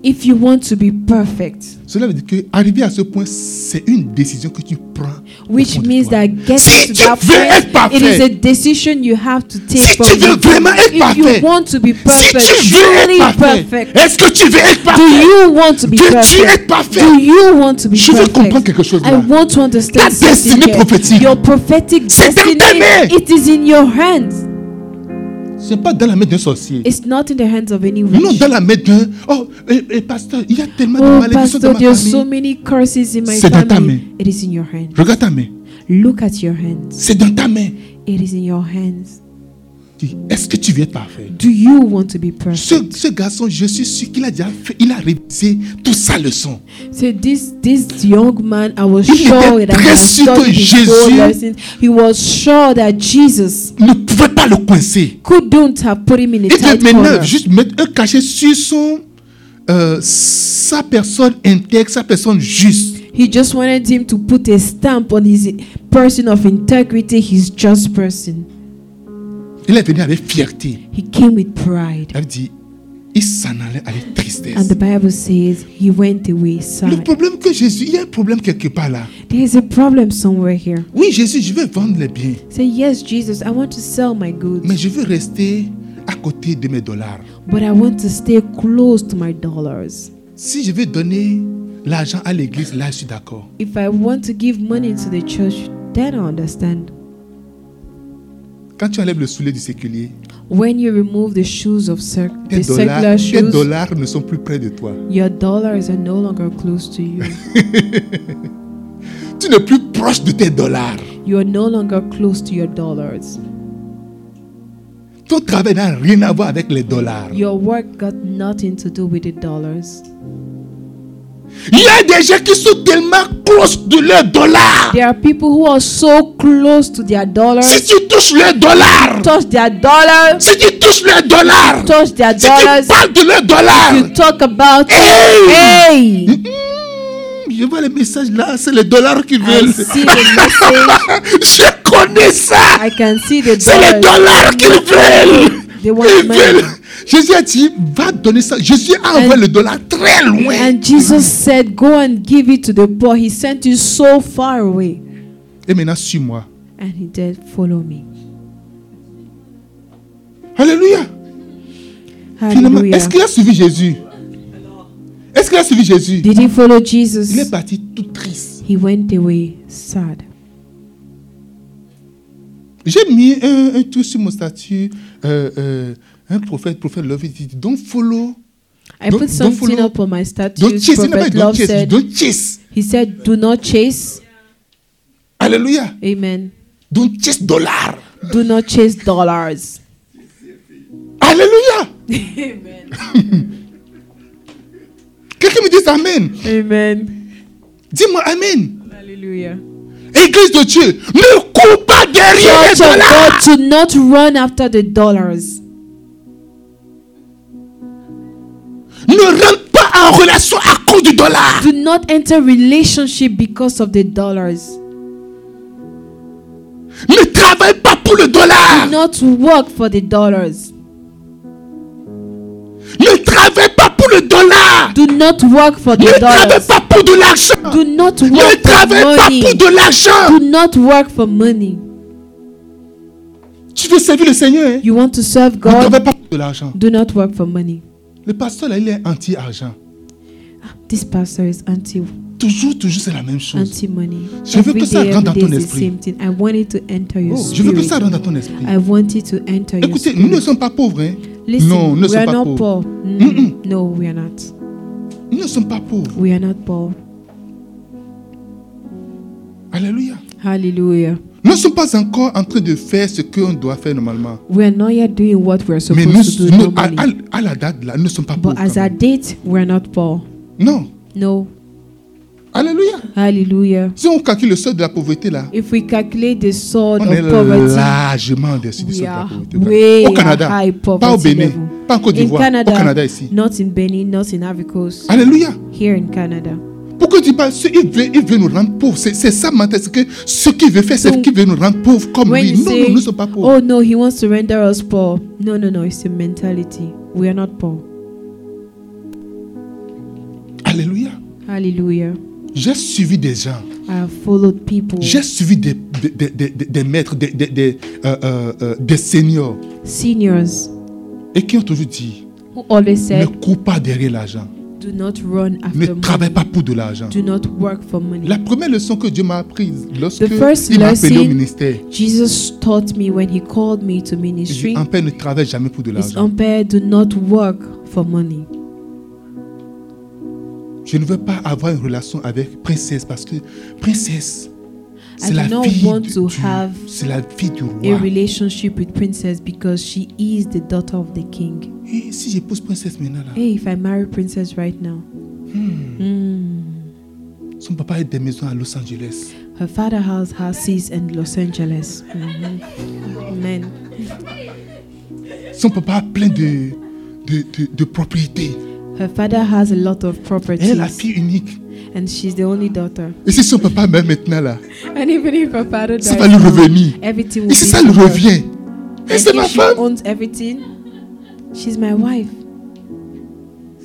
If you want to be perfect, Cela veut dire que arriver à ce point, c'est une décision que tu prends. au which fond de means toi. that getting Si to tu that veux être point, it is parfait. a decision you have to take. Si from tu veux you. vraiment être if parfait. you want to be si perfect, tu veux truly être parfait, perfect, est-ce que tu veux être Do parfait? you want to be Veux-tu perfect? être parfait? Do you want to be Je veux perfect? comprendre quelque chose I là. want to understand Ta something destinée here. prophétique, Your prophetic c'est dans destiny, tes mains. it is in your hands. Ce n'est pas dans la main d'un sorcier. It's not in the hands of any Non, witch. dans la main d'un. Oh, et, et pasteur, il y a tellement de Oh, malédictions pastor, dans ma there's so famille. many curses in my C'est dans ta family. main. It is in your hand. Regarde ta main. Look at your hands. C'est dans ta main. It is in your hands. Dis, Est-ce que tu veux être parfait? Do you want to be perfect? Ce, ce garçon, je suis sûr qu'il a déjà fait, il a révisé toute sa leçon. So this this young man, I was Il sure that était he très had sûr done que his whole Jésus- lesson. He was sure that Jesus Ne pouvait pas le coincer. couldn't have put him in a Et tight de corner. manœuvre, juste mettre un cachet sur son, euh, sa personne intègre, sa personne juste. He just wanted him to put a stamp on his person of integrity, his just person. Il est venu avec fierté. He came with pride. Elle dit, il s'en allait avec And tristesse. the Bible says he went away Le sad. problème que Jésus, il y a un problème quelque part là. There is a problem somewhere here. Oui, Jésus, je veux vendre les biens, Say, yes, Jesus, I want to sell my goods, mais je veux rester à côté de mes dollars. but I want to stay close to my dollars. Si je veux donner l'argent à l'église, là, je suis d'accord. If I want to give money to the church, then I understand. Quand tu enlèves le soulet du séculier, When you remove the shoes of cir- tes the dollars, circular tes shoes, dollars ne sont plus près de toi. your dollars are no longer close to you. Tu n'es plus proche de tes dollars. you are no longer close to your dollars. Ton travail n'a rien à voir avec les dollars. Your work got nothing to do with the dollars. Il y a des gens qui sont tellement proches de leurs dollars. There are people who are so close to their Si dollars, tu touches leurs dollars, touch their dollars, si tu touches leurs dollars, touch their si tu dollars. parles de leurs dollars, You talk about Hey! hey. Hmm, je vois les messages là, c'est les dollars qui I veulent. see the message. Je connais ça. I can see the C'est les dollars. dollars qu'ils veulent. They want Ils money. veulent. Jésus a dit, va donner ça. Jésus a envoyé le dollar très loin. And Jesus said, Go and give it to the poor. He sent you so far away. Et maintenant, suis-moi. And he said, Follow me. Alléluia. Finalement, Hallelujah. est-ce qu'il a suivi Jésus Est-ce qu'il a suivi Jésus Did he follow Il est Jesus? parti tout triste. He went away sad. J'ai mis un, un truc sur mon statut. euh, euh, un prophète, prophète Love, il dit Don't follow, I Don't- put don't something follow- up on my don't statues. chase. Il n'a pas Prophet dit don't Love chase, said, don't chase. He said, Do not chase. Alléluia. Amen. Don't chase dollar. Do not chase dollars. Alléluia. Amen. Quelqu'un me dit Amen. Amen. Dis-moi Amen. Hallelujah. Église de Dieu, ne cours pas derrière les Church of dollars. God, do not run after the dollars. Ne rentre pas en relation à cause du dollar. Do not enter relationship because of the dollars. Ne travaille pas pour le dollar. Do not work for the dollars. Ne travaille pas pour le dollar. Do not work for the Ne travaille dollars. pas pour de l'argent. Do not Ne work for travaille pas money. pour de l'argent. Do not work for money. Tu veux servir le Seigneur. hein? You want to serve Ne God? travaille pas pour de l'argent. Do not work for money. Le pasteur là, il est anti-argent. This pastor is anti Toujours, toujours, c'est la même chose. anti money. Je veux que ça rentre dans ton is the esprit. same thing. I want it to enter your Oh, je veux spirit. que ça rentre dans ton esprit. I want it to enter your Écoutez, nous ne spirit. sommes pas pauvres. hein? Listen, non, nous ne we are sommes pas not pauvres. poor. Mm, Mm-mm. No, we are not. Nous ne sommes pas pauvres. We are not poor. Alléluia. Hallelujah. Nous ne sommes pas encore en train de faire ce qu'on doit faire normalement. We are not yet doing what we are Mais supposed nous, to do nous, à, normally. à- à la date là, nous ne sommes pas pauvres. But as quand at même. date, we are not poor. Non. No. Alléluia. Hallelujah. Si on calcule le seuil de la pauvreté là, If we calculate the sword on of est Ah, poverty, largement au-dessus Oh, du we seuil de la are pauvreté. way au Canada, high poverty pas au Bénin, level. pas en Côte in d'Ivoire, Canada, au Canada ici. not in Benin, not in Africa, Alléluia. here in Canada. Pourquoi tu parles ceux- il veut, il veut nous rendre pauvres. C'est, c'est ça, maintenant. C'est que ce qu'il veut faire, c'est Donc, qu'il veut nous rendre pauvres comme When lui. you Non, non, say, nous ne sommes pas pauvres. oh no, he wants to render us poor. No, no, no, it's a mentality. We are not poor. oh, Alléluia. Hallelujah. J'ai suivi des gens. I have followed people, J'ai suivi des, des, des, des- des- des maîtres, des, des, des, euh, euh, euh, des seniors. seniors, Et qui ont toujours dit, who always ne said, cours pas derrière l'argent. do not run Ne after travaille money. pas pour de l'argent. Do not work for money. La première leçon que Dieu m'a apprise lorsque The first il m'a appelé au lesson ministère, Jesus taught me when he called me to il dit, ministry en paix, ne travaille jamais pour de is l'argent. unpaid, do not work for money. Je ne veux pas avoir une relation avec princesse parce que princesse, I C'est la do not fille want du- to du- have c'est la fille du a roi. relationship with princess because she is the daughter of the king. Eh, si j'épouse princesse maintenant là, Hey, if I marry princess right now, Hmm. son papa a des maisons à Los Angeles. her father has houses in Los Angeles. Mhm. Amen. Son papa a plein de, de, de, de propriétés. Her father has a lot of Elle est la properties, fille unique. and she's the only daughter. Et si son papa meurt maintenant là, And even if her father dies, ça va lui now, revenir. everything will Et be si ça lui to her. revient, et And c'est if ma she femme. owns everything, she's my wife.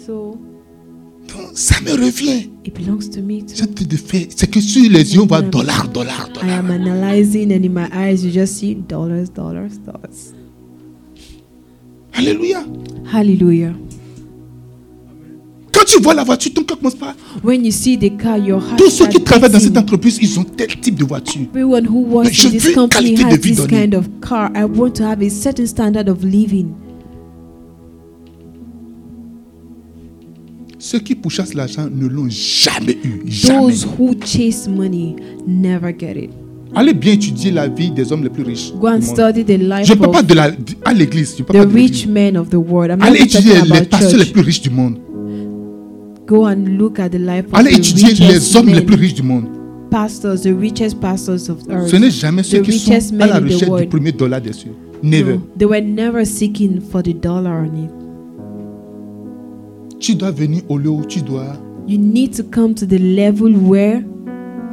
So Donc, ça me revient. it belongs to me J'ai too. envie de faire. C'est que sur les yeux, on voit dollar, dollar, I dollar. am analyzing, and in my eyes, you just see dollars, dollars, dollars. Alléluia. Hallelujah. Quand tu vois la voiture, ton cœur commence pas. When you see the car, your heart Tous ceux starts qui travaillent dans cette beating. entreprise, ils ont tel type de voiture. Everyone who Mais works je in veux this une company qualité de has vie this donnée. kind of car. I want to have a certain standard of living. Ceux qui pourchassent l'argent ne l'ont jamais eu. Jamais. Those who chase money never get it. Allez bien étudier la vie des hommes les plus riches. Go and du monde. study the life Je ne parle pas of de la, de- à l'église. je parle the pas de rich l'église. men of the world. I'm not Allez étudier talking les about pasteurs les church. plus riches du monde. Go and look at the life of Allez the étudier les richest hommes les plus men, riches du monde. pastors, the richest pastors of earth. Ce n'est jamais ceux The qui richest sont à men la in the recherche du world. premier dollar des cieux. Never. No, they were never seeking for the dollar on it. Tu dois venir au lieu où tu dois You need to come to the level where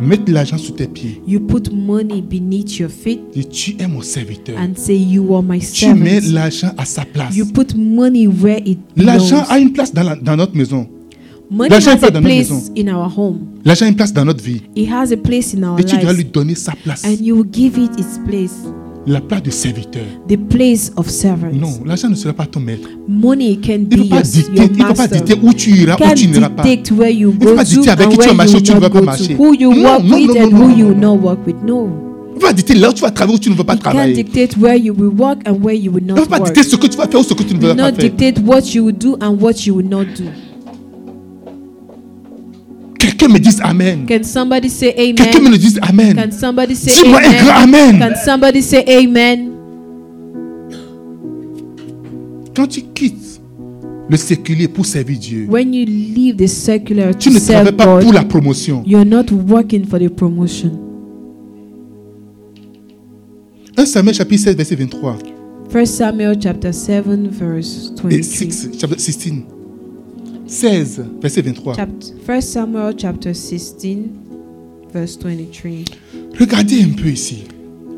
mettre l'argent sous tes pieds. you put money beneath your feet Et tu es mon serviteur. and say, "You are my Tu mets servant." l'argent à sa place. You put money where it belongs. L'argent a une place dans, la- dans notre maison. money l'argent has est a dans nos place maisons. in our home. L'argent a une place dans notre vie. It has a place in our Et tu dois lui lives. donner sa place. And you will give it its place, La place de serviteur. the place of servants. Non, l'argent ne sera pas ton maître. Money can Il be ne peut your, pas dicter, your il ne peut pas master. dicter où tu iras, où Can't tu n'iras pas. dictate where you peut go pas to dicter avec and qui tu vas where marcher, you où tu will ne vas not pas go marcher. to, who you Non, work non, with non, and non, who non, you will non. not work with. No, Il ne peut pas dicter là où tu vas travailler, où tu ne vas pas it can't travailler. dictate where you will work and where you will Il ne not peut pas work. dicter ce que tu vas faire ou ce que tu ne vas Will pas not faire. dictate what you will do and what you will not do. Quelqu'un me dise Amen. Can somebody say Quelqu'un me Amen? le dise Amen. Can somebody say Dis-moi un grand Amen? Can Amen. somebody say Amen? Quand tu quittes le séculier pour servir Dieu, When you leave the secular tu to ne travailles serve pas pour God, la promotion. you're not working for the promotion. 1 Samuel chapitre 16, verset 23 First Samuel chapter 7 verse et 23. 6, chapitre 16. 16, verset 23. Chapter, First Samuel chapter 16 verse 23. Regardez un peu ici.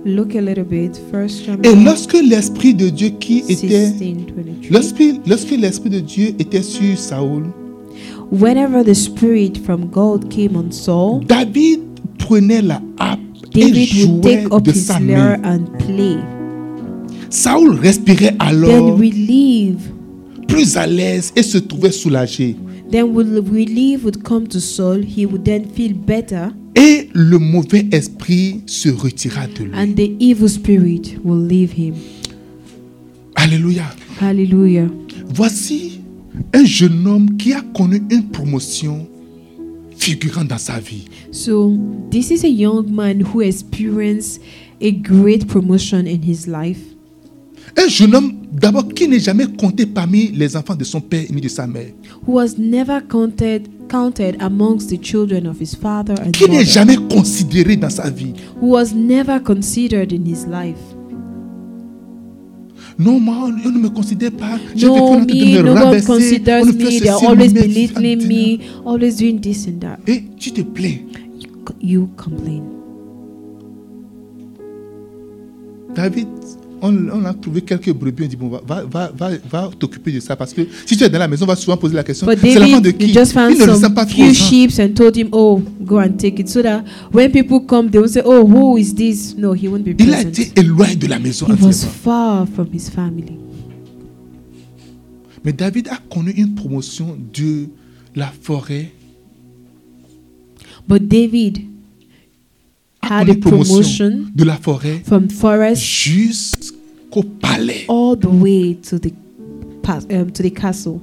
Look a little bit. First Et Samuel lorsque l'Esprit de Dieu qui était 16 23. Lorsque, lorsque l'Esprit de Dieu était sur Saoul, Whenever the spirit from God came on Saul, David prenait la harpe et David would jouait take up de his sa lyre main. and play. Saoul respirait Then alors we leave. plus à l'aise et se trouvait soulagé. Then we relief would come to Saul. He would then feel better. Et le mauvais esprit se retira de lui. and the evil spirit will leave him. Alléluia. Hallelujah. Voici un jeune homme qui a connu une promotion figurant dans sa vie. So, this is a young man who experienced a great promotion in his life. Un jeune homme d'abord qui n'est jamais compté parmi les enfants de son père ni de sa mère. Who was never counted counted amongst the children of his father and Qui n'est mother, jamais considéré dans sa vie. who was never considered in his life. Non, moi, on ne me considère pas. Je vais No prendre de me, me no one rabaisser. On considers ne fait me. ceci, They are on always me met- belittling me, always doing this and that. Et tu te plains. You, you complain. David, on, on a trouvé quelques brebis. On dit, bon, va, va, va, va, va t'occuper de ça. Parce que si tu es dans la maison, on va souvent poser la question. But C'est l'enfant de David, qui they just found Il ne le sent some pas trop. few hein. sheep and told him, "Oh, go and take it." So that when people come, they will say, "Oh, who is this?" No, he won't be Il a present. été éloigné de la maison He was entièrement. far from his family. Mais David a connu une promotion de la forêt. But David A had connu a une Ah, promotion promotion de la forêt from forest jusqu'au palais. all the way to the pas- um, to the castle.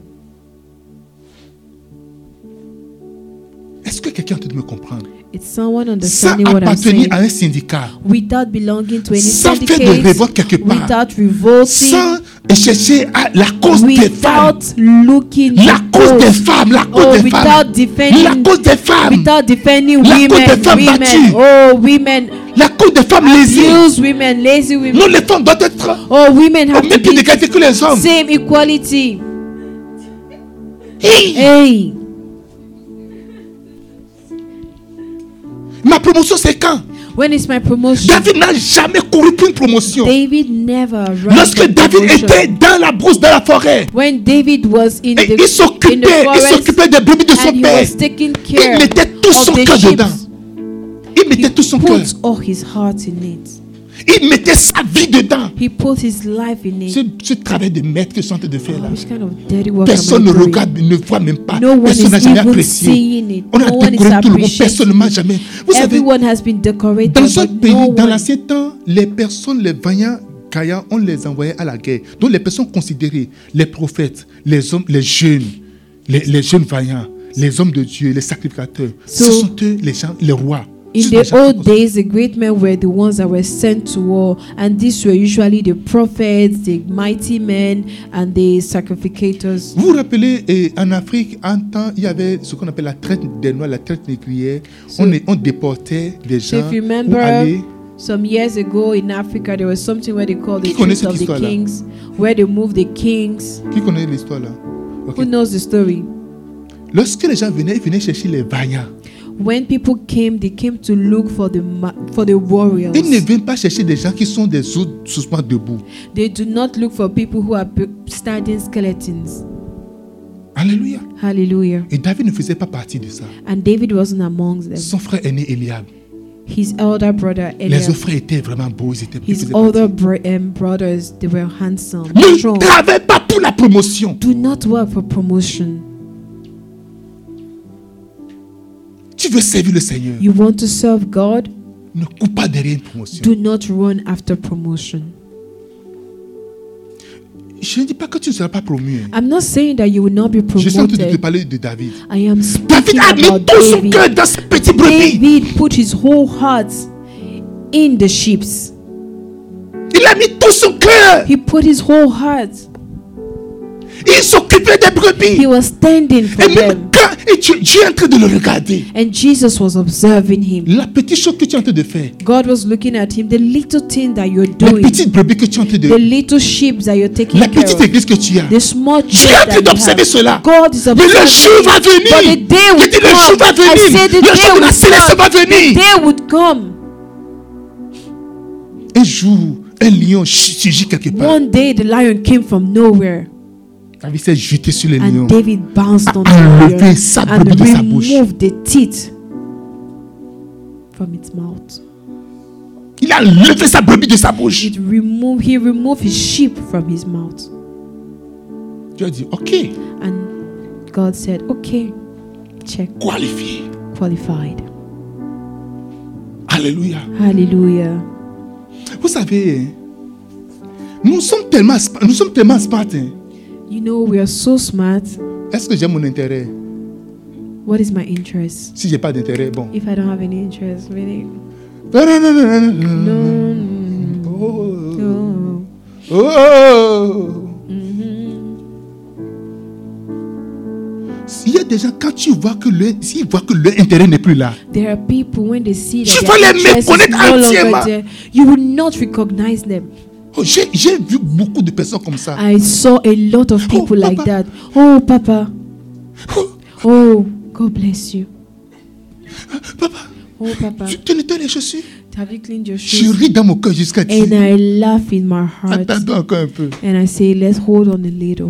Est-ce que quelqu'un est en train de me comprendre It's someone Ça understanding what I'm appartenir saying. à un syndicat. Without belonging to any Sans faire de syndicate, révolte quelque part. without revolting, Sans chercher à la cause des femmes. without looking La at cause des those. femmes. La Oh, cause des without femmes. defending- La cause des femmes. without defending La cause des women, femmes women, battues. oh women, La cause des femmes lésées. abused women, lazy women, Non, les femmes doivent être oh women au have to même pied be d'égalité que les hommes. same equality. Hey, Hey, ma promotion, c'est quand when is my promotion? David n'a jamais couru pour une promotion. David never ran Lorsque for David promotion. était dans la brousse, dans la forêt, when David was in et the il in the s'occupait, il forest s'occupait des brebis de son and he père. was taking care Il mettait tout of son the cœur sheep. dedans. Il mettait He tout son cœur. put all his heart in it. Il mettait sa vie dedans. He put his life in it. Ce, ce travail de maître que sont en train de faire là. Which kind of dirty work Personne am ne I doing? regarde, ne voit même pas. No one Personne is n'a jamais even apprécié. seeing it. On a No one is décoré tout le monde. appreciating Personne ne m'a jamais. Vous savez, Everyone has been decorated. dans un but pays, no dans one- l'ancien temps, les personnes, les vaillants, gaillants, on les envoyait à la guerre. Donc les personnes considérées, les prophètes, les hommes, les jeunes, les, les jeunes vaillants, les hommes de Dieu, les sacrificateurs, ce So, sont eux les gens, les rois. Ce In sont les the gens old qui- days, the great men were the ones that were sent to war, and these were usually the prophets, the mighty men, and the sacrificators. Vous vous rappelez, eh, en Afrique, en temps, il y avait ce qu'on appelle la traite des Noirs, la traite négrière. So- on, est- on déportait des So gens if you pour remember, aller. some years ago in Africa, there was something where they called the Qui connaît trips cette of the histoire-là? kings, where they moved the kings. Qui connaît l'histoire là Ok. Who knows the story? Lorsque les gens venaient, ils venaient chercher les vaillants. When people came, they came to look for the ma- for the warriors. Ils ne viennent pas chercher des gens qui sont des autres souvent debout. They do not look for people who are pe- standing skeletons. Alléluia. Hallelujah. Et David ne faisait pas partie de ça. And David wasn't amongst them. Son frère aîné Eliab. His elder brother Les Eliab, autres frères étaient vraiment beaux. Ils étaient ils his faisaient older partie. bro- um, brothers, they were handsome, Ne strong. travaille pas pour la promotion. Do not work for promotion. Tu veux servir le Seigneur. You want to serve God? Ne coupe pas derrière une promotion. Do not run after promotion. Je ne dis pas que tu ne seras pas promu. hein. I'm not saying that you will not be Je suis en train de te promoted. parler de David. I am speaking David a mis about tout son Ah, cœur David. dans sa petite brebis. David put his whole heart in the sheep. Il a mis tout son cœur. He put his whole heart. Il s'occupait des brebis. He was standing for Et même them. quand et Dieu, Dieu est en train de le regarder, And Jesus was observing him. la petite chose que tu es en train de faire, God was looking at him. The little thing that you're les doing, petites brebis que tu es en train de. the little sheep that you're taking La care petite of, église que tu as. the small Dieu est en church train that d'observer you cela. have. God is Mais le observing. jour va But the venir. day Je would dis le jour va come. I said venir. the Le jour de la day sélection va would come. The venir. day would come. Un jour, un lion ch- surgit quelque part. One day the lion came from nowhere. David s'est jeté sur le lion. And David bounced on the enlevé lion sa brebis and de sa bouche. removed the teeth from its mouth. Il a levé sa brebis de sa bouche. It removed, he removed his sheep from his mouth. Tu as dit, ok, And God said, Okay, check, qualifié. qualified. Alléluia. Hallelujah. Vous savez, hein, nous sommes tellement, sp- nous sommes tellement smart. hein. You know, we are so smart. Est-ce que j'ai mon intérêt What is my interest? Si j'ai pas d'intérêt, bon. If I don't have any interest, really? Non, non, non, non, non, non. No. mm, Oh, no. oh. Mhm. Il y a des gens, quand tu vois que leur, s'ils voient que leur intérêt n'est plus là, There are people when they see that Tu vas their les interest is méconnaître no entièrement. longer there, you will not recognize them. Oh, j'ai j'ai vu beaucoup de personnes comme ça. I saw a lot of people Oh, like Papa. that. Oh, Papa. Oh, Oh, God bless you. papa, Oh, Papa. tu tu nettoies les chaussures Have you cleaned your Je shoes? ris dans mon cœur jusqu'à dire And I laugh in my heart. Attends encore un peu. And I say, let's hold on a little.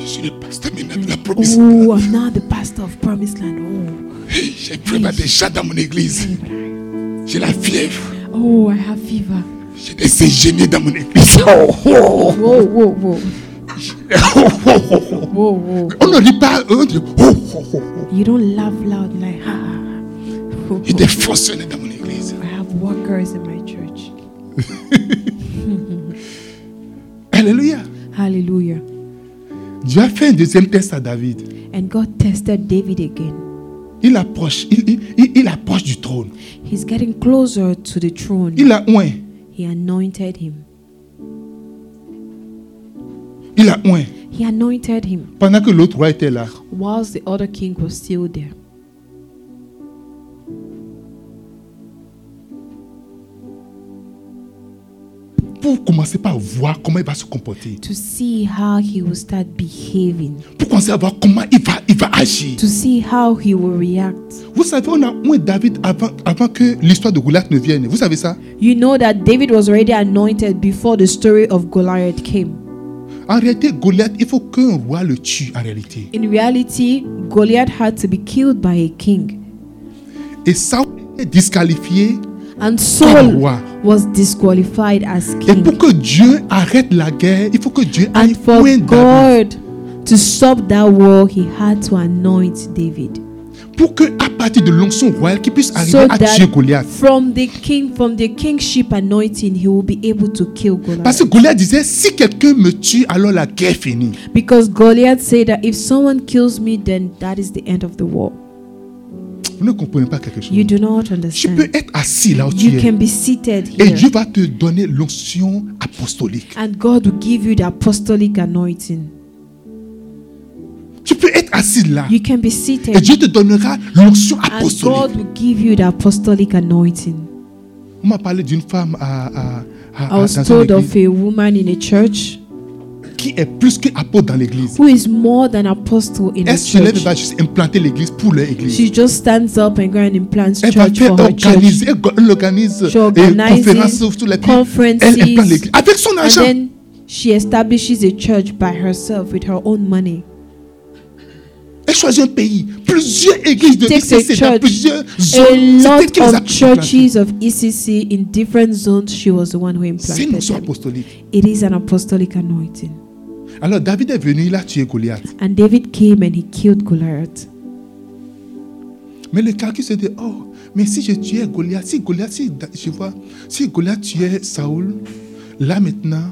je suis le pasteur, mais la promise. Oh, I'm now the pastor of Promised Land. Oh, J'ai pris ma déjà dans mon église. J'ai la fièvre. Oh, oh, I have fever. J'ai des ingénieurs dans mon église. Oh, oh, Whoa, whoa, whoa, oh, oh, oh, oh. whoa, whoa. On ne lit pas. On dit, oh, oh, oh, oh. You don't laugh loud like ha. ha, ha. J'ai des fonctionnaires dans mon église. I have workers in my church. Alléluia. Hallelujah. Dieu a fait un deuxième test à David. And God tested David again. Il approche, il, il- il- il approche du trône. He's getting closer to the throne. Il a oint. He anointed him. Il a oint. He anointed him Pendant que l'autre roi était là, whilst the other king was still there. pour commencer par voir comment il va se comporter, To see how he will start behaving. pour commencer à voir comment il va, il va agir. To see how he will react. Vous savez, on a oint David avant, avant que l'histoire de Goliath ne vienne. Vous savez ça You know that David was already anointed before the story of Goliath came. En réalité, Goliath, il faut qu'un roi le tue en réalité. In reality, Goliath had to be killed by a king, Et Saul est disqualifié. and Saul wow. was disqualified as Et king. pour que Dieu arrête la guerre, il faut que Dieu aille And for oint David. God to stop that war, he had to anoint David. Pour que, à partir de l'onction royale, qu'il puisse arriver So à that tuer Goliath. from the king, from the kingship anointing, he will be able to kill Goliath. Parce que Goliath disait, si quelqu'un me tue, alors la guerre finit. Because Goliath said that if someone kills me, then that is the end of the war. Vous ne comprenez pas quelque chose. You do not Tu peux understand. être assis là où tu You es. can be seated Et here. Dieu va te donner l'onction apostolique. And God will give you the apostolic anointing. Tu peux être assis là. You can be Et seated. Dieu te donnera l'onction And God apostolique. will give you the apostolic anointing. On m'a parlé d'une femme à, à- à- à- I was dans told une of église a woman in a church qui est plus qu'apôtre dans l'église. who is more than apostle in a Elle se lève et church. va juste implanter l'église pour leur église. She just stands up and go and implants Elle va church faire for her church. organiser, elle go- elle organise She des organizes conférences sur tous les pays. conferences. Elle implante l'église avec son And argent. then she establishes a church by herself with her own money. Elle choisit un pays, plusieurs églises de Takes a l'ICC dans church, plusieurs A zones. C'est elle lot qui les a of tous implantées. churches of ECC in different zones, she was the one who C'est une implanted onction them. apostolique. It is an apostolic anointing. Alors David est venu, il a tué Goliath. And David came and he killed Goliath. Mais le calcul c'était oh, mais si je tuais Goliath, si Goliath, si Da- je vois, si Goliath tuait Saoul, là maintenant,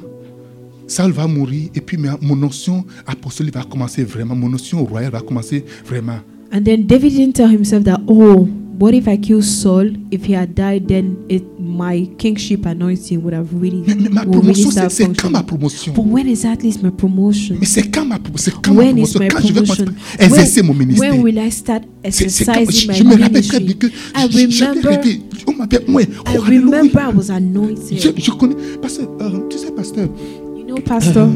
Saoul va mourir et puis ma- mon notion apostolique va commencer vraiment, mon notion royale va commencer vraiment. And then David didn't tell himself that, oh, what if I kill Saul? If he had died, then it, my kingship anointing would have really, Mais, mais ma would really promotion, c'est- start c'est quand ma functioning. promotion But when exactly is my promotion? Mais c'est quand ma, pro- c'est quand ma When is promotion my Quand je vais promotion? commencer à exercer mon When, ministère when will I start C'est- c'est quand- exercising je, my je me rappelle très bien ministry? que I j- j'avais remember, rêvé, on m'avait, ouais, oh, I alléluia. remember I was je, anointed. je connais, parce que, euh, tu sais, pasteur, You know, Pastor,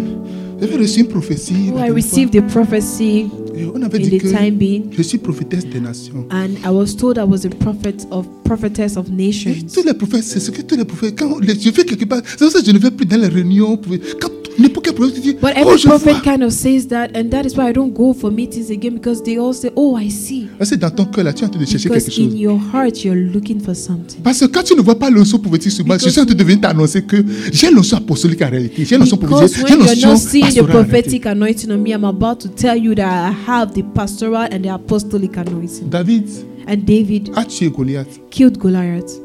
j'avais reçu une prophétie. who la I dernière fois. received a prophecy Et on avait in dit the que time being. je suis prophétesse des nations. And I was told I was a prophet of prophetess of Et nations. tous les prophètes, c'est ce que tous les prophètes, quand les- je vais quelque part, c'est pour ça que je ne vais plus dans les réunions. pour- Quand n'importe quel prophète dit, But oh, every je vois. prophet kind of says that, and that is why I don't go for meetings again because they all say, Oh, I see. Ah, C'est dans ton cœur là, tu es en train de chercher quelque Because in chose. your heart, you're looking for something. Parce que quand tu ne vois pas l'onction prophétique sur moi, je Because- suis en train de venir t'annoncer que j'ai l'onction apostolique en réalité. J'ai l'onction Because prophétique. J'ai when you're l'onction not seeing the pastorale. en réalité. prophetic anointing on me, I'm about to tell you that I have the pastoral and the apostolic anointing. David And David a tué Goliath, killed Goliath,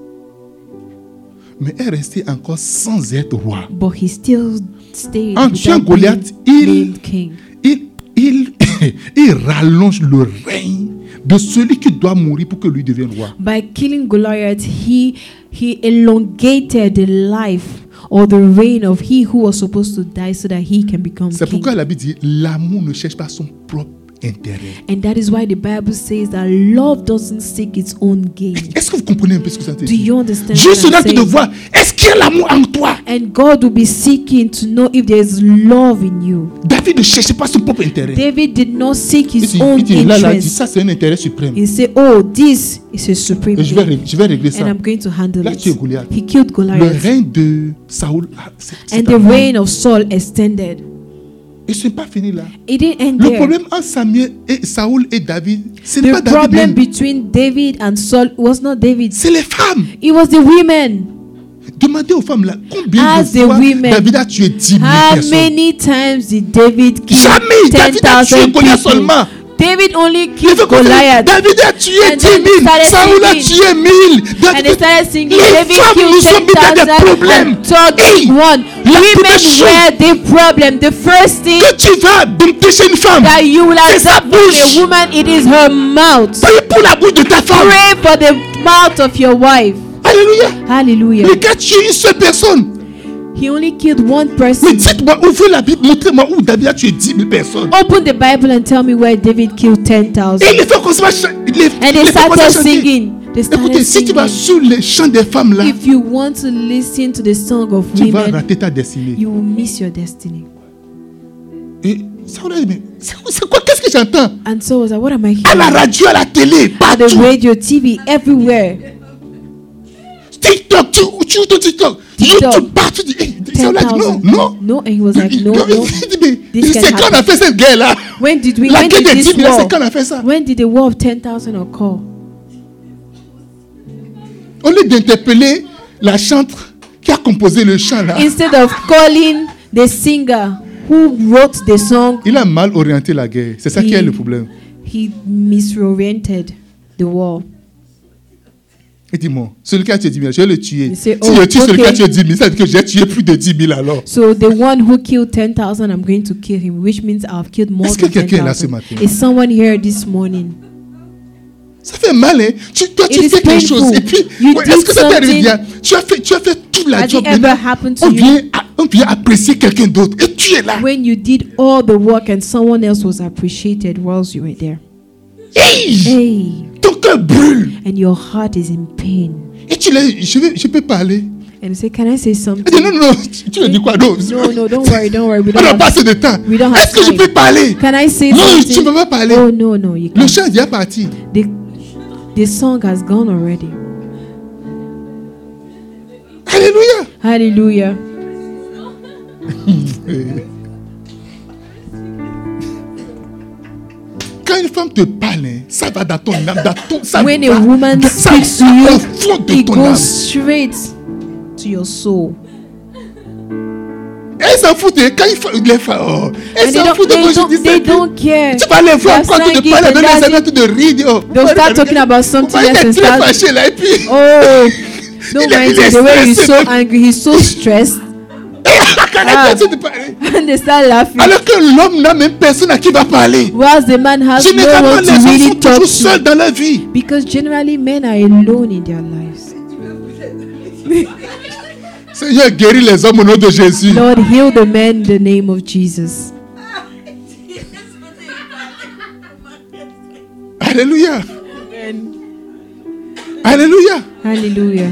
mais est resté encore sans être roi. but he still stayed. En tuant without being Goliath, il- named king. Il, il, il rallonge le règne de celui qui doit mourir pour que lui devienne roi. By killing Goliath, he he elongated the life or the reign of he who was supposed to die so that he can become C'est king. pourquoi la Bible dit l'amour ne cherche pas son propre intérêt. And that is why the Bible says that love doesn't seek its own gain. Est-ce que vous comprenez un peu ce que ça veut Do dire you understand? Dieu what se I'm donne de saying? voir est-ce qu'il y a l'amour en toi And God will be seeking to know if there is love in you. David ne cherchait pas son propre intérêt. David did not seek Il his dit, own il dit, là, là, il dit, interest. ça c'est un intérêt suprême. He said, "Oh, this is a supreme Et je vais, thing, ré- je vais régler and ça. I'm going to handle Là, it." tu es Goliath. He killed Le Goliath, règne de Saoul. ah, c'est- c'est and the un- reign of Saul extended. Et ce n'est pas fini là. It didn't end Le there. problème entre Samuel et Saoul et David, ce n'est pas the David problem même, between David and Saul was not David. c'est les femmes. It was the women. Demandez aux femmes là combien As de the fois women, David a tué 10 000 How personnes. many times did David kill Jamais. David a tué 10,000 Goliath people? seulement. David only Je veux killed qu'on dise, Goliath. David a tué And 10 then 000, he started Saoul a singing. tué 1000. And they David- started singing, Les David femmes nous killed sont mises dans des 10,000 problèmes. and took Hey, one. la Women première chose- were the problem. The first thing que tu vas dompter chez une femme, that you will c'est sa adopt from bouche. a woman, it is her mouth. Priez pour la bouche de ta femme. Pray for the mouth of your wife. Alléluia. Hallelujah. Mais quand tu es une seule personne, He only killed one mais person. dites-moi, ouvrez la Bible, montrez-moi où David a tué 10 000 personnes. Open the Bible and tell me where David killed Et 10,000. les femmes commencent à chanter. Les, And they les femmes started commencent à chanter. singing. They started Écoutez, si tu vas singing. sur les chants des femmes là, If you want to listen to the song of tu vas women, rater ta destinée. you will miss your destiny. Et ça, on a dit, mais c'est c'est quoi Qu'est-ce que j'entends And so I was like, what am I À la hearing? radio, à la télé, On the partout. radio, TV, everywhere. TikTok, tu tu joues ton TikTok. TikTok. YouTube, partout. Tu dis, hey, ça, on a dit, non, 10,000. non. No, and he was like, Il- no, il- no. il dit, mais This can C'est quand on a fait cette guerre là When did we, La when guerre did des 10 this 000, c'est quand on war, a fait ça. when did the war of 10,000 occur? Au lieu d'interpeller la chantre qui a composé le chant là, Instead of calling the singer who wrote the song, il a mal orienté la guerre. C'est ça qui est le problème. he misoriented the war. Et dis-moi, celui qui a tué 10 000, je vais le tuer. Il Si sait, je oh, tue celui qui a ok. tué 10 000, ça veut dire que j'ai tué plus de 10 000 alors. So the one who killed 10,000, I'm going to kill him, which means I've killed more Est-ce que than quelqu'un est là ce 10,000. matin? Is someone here this morning? Ça fait mal, hein. Tu, toi, tu It is fais quelque painful. chose. Et puis, You ouais, did est-ce que ça t'est arrivé something- bien tu as, fait, tu as fait toute la Has job. it ever maintenant, happened to on, you? vient, à- on vient apprécier quelqu'un d'autre. Et tu es là. When you did all the work and someone else was appreciated whilst you were there. Hey, Hey, ton cœur brûle. and your heart is in pain. Et tu l'as je, vais- je peux parler. And you say, Can I say Elle dit, something? non, non, non, tu, tu as dit quoi Non, No, no, don't worry, don't worry. We On don't a have, pas assez de temps. we don't have Est-ce que je time. peux parler can I say Non, tu ne something? peux pas parler. Oh, no, no, you Le can't. chant est déjà parti. The, the song has gone already. Alléluia. Hallelujah. Quand une femme te parle, hein, ça va dans ton âme, dans ton, ça When va, a woman ça speaks to va you, au fond de it ton âme. goes straight to your soul. Elles s'en foutent, hein, quand ils font les femmes, oh, elles And they s'en don't, foutent de they moi, je dis don't, they c'est tout. don't care. Tu vas les voir They're quand tu te slanging, parles they're avec les amis, dancing. tu te ris, oh, They'll start talking about vous something voyez, else t'es and très start. fâché là, et puis, Oh, don't Il est- mind il est him. The way he's so stressé. angry, he's so stressed. quand Ah. elle te parle, And they start laughing. alors que l'homme n'a même personne à qui va parler. Whilst the man has no Généralement, one les to hommes really sont talk toujours to. seuls dans la vie. Because generally men are alone in their lives. Seigneur, guéris les hommes au nom de Jésus. Lord, heal the men in the name of Jesus. Alléluia. Alléluia. Hallelujah.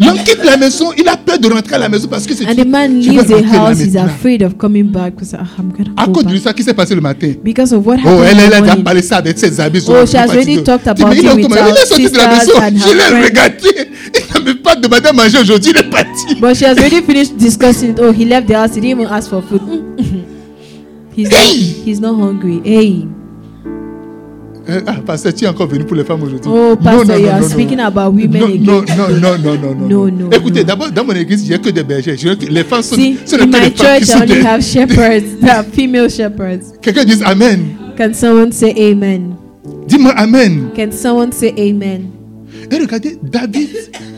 L'homme quitte la maison, il a peur de rentrer à la maison parce que c'est And the man Je vais leaves the rentrer là house, he's maintenant. afraid of coming back because ah, I'm gonna À go cause de back. ça, qui s'est passé le matin Because of what Oh, happened elle, in elle the a déjà morning. parlé ça avec ses amis. Oh, ils she has sont fatigués. already talked Tu dis, mais about il est it with automatique. her Il est sorti de la sisters maison. and Je her l'ai friends. regardé. Il n'avait pas demandé à manger aujourd'hui. Il est parti. But she has already finished discussing. it. Oh, he left the house. He didn't even ask for food. Mm. he's not, Hey! he's not hungry. Hey, Euh, Ah, pasteur, tu es encore venu pour les femmes aujourd'hui. oh, Non, pastor, non, non, you are non, non. speaking about women Non, again. non, non, non, non, non, non, No, non. no, Écoutez, no. d'abord, dans mon église, il n'y a que des bergers. Je- Les femmes sont, See, ce n'est in que my les femmes qui church, I sont only des... have shepherds. There are female shepherds. Quelqu'un dise Amen. Can someone say Amen? Dis-moi Amen. Can someone say Amen? Et regardez, David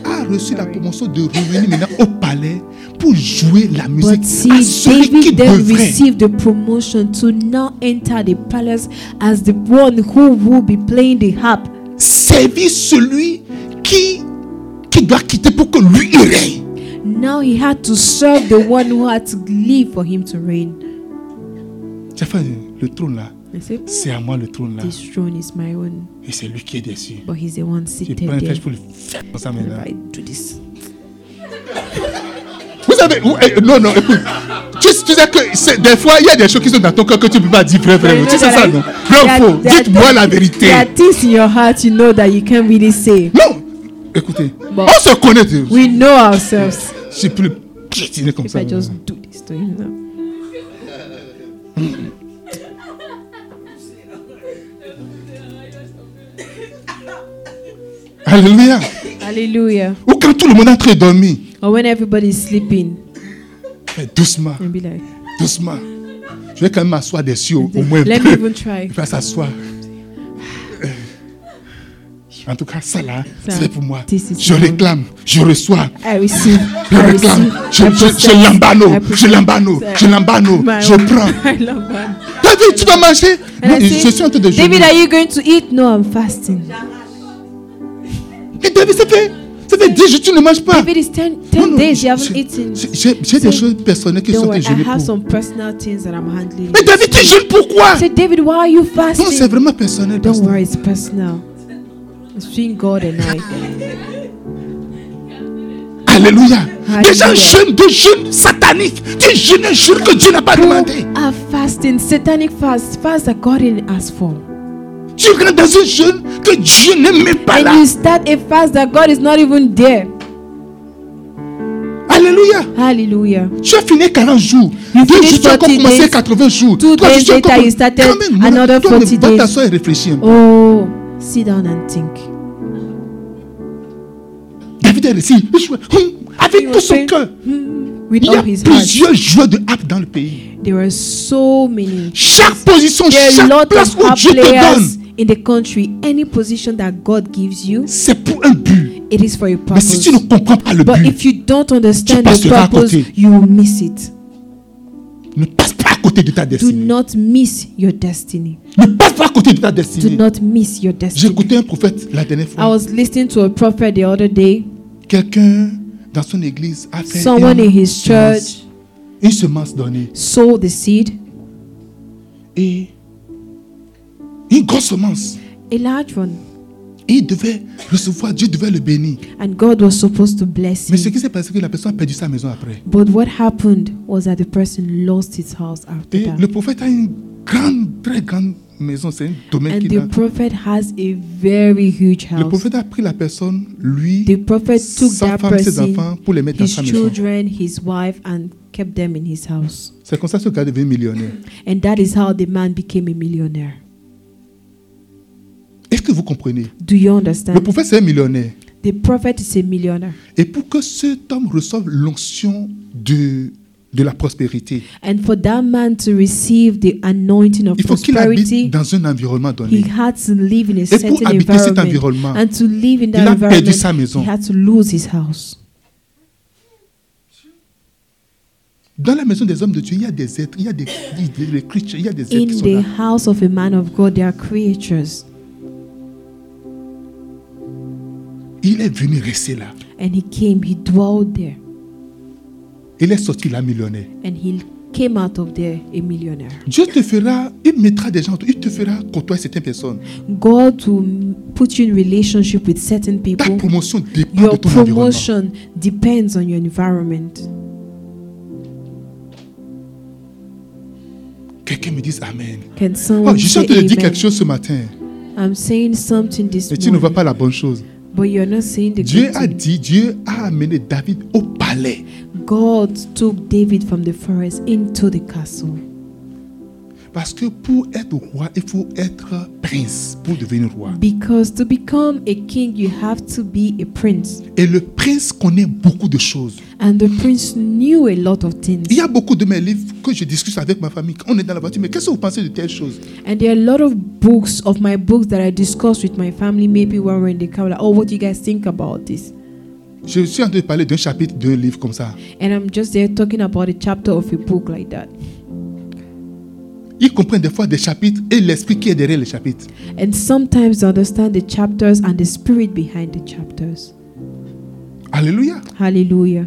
a reçu la promotion de revenir maintenant au palais pour jouer la musique But à see, celui qui David then devrait. received the promotion to now enter the palace as the one who will be playing the harp. servir celui qui, qui doit quitter pour que lui il règne. Now he had to serve the one who had to leave for him to reign. J'ai fait le trône là. I said, C'est à moi le trône là. This throne is my own, Et c'est lui qui est dessus. but he's the one Je seated prends une there. flèche pour le faire comme ça And maintenant. if I do this, Vous savez, vous- eh, non, non, écoute. Tu, tu sais que c'est- des fois, il y a des choses qui sont dans ton cœur que tu ne peux pas dire vrai, vrai. You non. know Tu sais that ça, I- non there Vrai are- ou faux there are Dites-moi things- la vérité. There are things in your heart you know that you can't really say. Non Écoutez, Bon. on se connaît. Dieu. We know ourselves. Je peux le piétiner comme If I ça. maintenant. just do this to him now. Alléluia. Hallelujah. Ou quand tout le monde a très dormi, Or when everybody's sleeping, fais doucement, and be like, doucement. Je vais quand même m'asseoir dessus au, au moins. let me even try. Il va s'asseoir. Euh, En tout cas, ça là, Ça, c'est pour moi. this is Je mine. réclame, je reçois. I receive. Je I réclame, receive. je, I je, possess. je l'embano, I possess. je l'embano, je l'embano, My je own- prends. I lambano. T'as vu, tu vas manger And I Non, say, Je suis en train de David, jeûner. are you going to eat? No, I'm fasting. Et David, ça fait, ça fait 10 jours que tu ne manges pas. David is 10, Non, 10 non, days j'ai- you haven't j'ai- eaten. J'ai j'ai Say, des choses personnelles qui sont Don't en train worry, de I jeûner have pour. some personal things that I'm handling. Mais David, tu jeûnes pourquoi Say, David, why are you Non, c'est fasting? vraiment personnel. Don't personnel. worry, it's personal. It's between God and I. Alléluia. Les gens Alléluia. jeûnent des jeûnes sataniques. Tu jeûnes un jour que Dieu n'a pas demandé. People are fasting, satanic fast, fast that God didn't ask for. Tu rentres dans un jeûne que Dieu n'est même pas And là. you start a fast that God is not even there. Alléluia. Hallelujah. Tu as fini 40 jours. Deux finished jours, tu as encore 40 commencé days. 80 jours. Two Toi, tu days sais later, comment- you started Quand même, mon- another toi, mais 40 Va days. t'asseoir et réfléchir. un peu. Oh, sit down and think. David est ici. Il jouait, hum, He Avec tout was son saying, cœur. "Hmm," With Il y all a his heart. plusieurs joueurs de harpe dans le pays. There are so many. Chaque position, There are a chaque lot place of où our Dieu te donne, players in the country. Any position that God gives you, c'est pour un but. it is for a Mais si purpose. tu ne comprends pas le But but, if you don't understand the passeras à purpose, côté. you will miss it. ne passe pas à côté de ta Do destinée. not miss your destiny. Ne passe pas à côté de ta Do destinée. not miss your J'ai destiny. écouté un prophète la dernière I fois. was listening to a prophet the other day. Quelqu'un dans son église a fait Someone in une, his church semence, une semence donnée. sowed the seed, Et une grosse semence. a large one, Et il devait recevoir, Dieu devait le bénir. and God was supposed to bless Mais ce him. qui s'est passé, c'est que la personne a perdu sa maison après. But what happened was that the person lost his house after Et le that. prophète a une grande, très grande maison. C'est un domaine And qu'il a. the prophet has a very huge Le house. prophète a pris la personne, lui, The prophet took sa that femme, ses person, enfants, pour les mettre dans his sa maison. children, his wife, and kept them in his house. C'est comme ça que ce gars devient millionnaire. And that is how the man became a millionaire. Est-ce que vous comprenez Do you Le understand? prophète, c'est un millionnaire. The prophet is a millionaire. Et pour que cet homme reçoive l'onction de, de la prospérité, And for that man to receive the anointing of il faut qu'il habite prosperity, dans un environnement donné. he had to live in a pour certain habiter cet environment. environnement, And to live in il that a perdu environment, sa maison. he had to lose his house. Dans la maison des hommes de Dieu, il y a des êtres, il y a des, des- des creatures, il y a des êtres qui In sont the là. house of a man of God, there are creatures. Il est venu rester là. And he came, he dwelled there. Il est sorti là millionnaire. And he came out of there a millionaire. Dieu te fera, il mettra des gens, il te fera côtoyer certaines personnes. God will put you in relationship with certain Ta people. promotion dépend de Your ton environnement. promotion depends on your environment. Quelqu'un me dise Amen. Can Oh, someone je suis say en train de dire amen? quelque chose ce matin, I'm saying something this mais tu ne vois morning, pas la bonne chose. but you're not saying the Dieu good a thing. dit, Dieu a amené David au palais. God took David from the forest into the castle. Parce que pour être roi, il faut être prince pour devenir roi. Because to become a king, you have to be a prince. Et le prince connaît beaucoup de choses. And the prince knew a lot of Il things. y a beaucoup de mes livres que je discute avec ma famille. Quand on est dans la voiture, mais qu'est-ce que vous pensez de telles choses And there are a lot of books of my books that I discussed with my family, maybe when we're in the car, like, oh, what do you guys think about this? Je suis en train de parler d'un chapitre d'un livre comme ça. And I'm just there talking about a chapter of a book like that. Ils comprennent des fois des chapitres et l'esprit qui est derrière les chapitres. And sometimes they understand the chapters and the spirit behind the chapters. Alléluia. Hallelujah.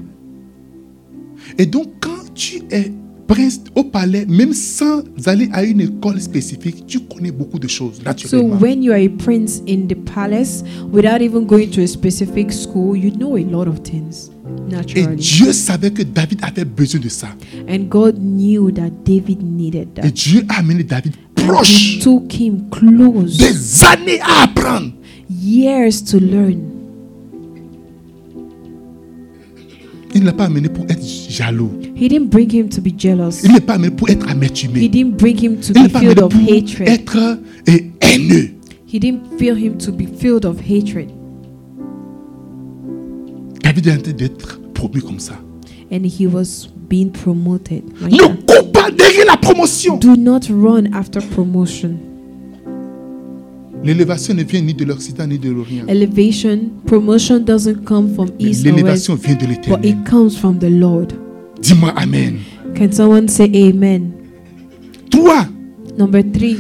Et donc, quand tu es prince au palais, même sans aller à une école spécifique, tu connais beaucoup de choses So naturellement. when you are a prince in the palace, without even going to a specific school, you know a lot of things Et naturally. Dieu savait que David avait besoin de ça. And God knew that David needed Et that. Dieu a amené David And he proche, took him close, des années à apprendre. years to learn. Il ne l'a pas amené pour être jaloux. He didn't bring him to be jealous. Il n'est pas amené pour être He amertumé. didn't bring him to Il be n'est pas amené filled pour of hatred. être euh, haineux. He didn't feel him to be filled of hatred. David est en train d'être promu comme ça. And he was being promoted. like Ne that. cours pas derrière la promotion. Do not run after promotion. L'élévation ne vient ni de l'Occident ni de l'Orient. Elevation, promotion doesn't come from Mais east or west, L'élévation vient de but l'Éternel. it comes from the Lord. Dis-moi Amen. Can someone say amen? Toi, Number three,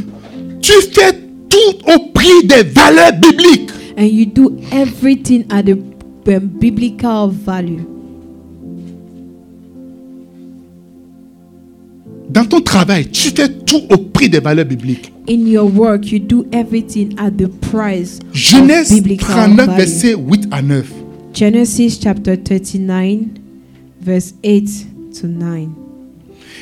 tu fais tout au prix des valeurs bibliques. and you do everything at the um, biblical value. Dans ton travail, tu fais tout au prix des valeurs bibliques. In your work, you do everything at the price Genèse of biblical 39, value. versets 8 à 9. Genesis chapter 39, verse 8 to 9.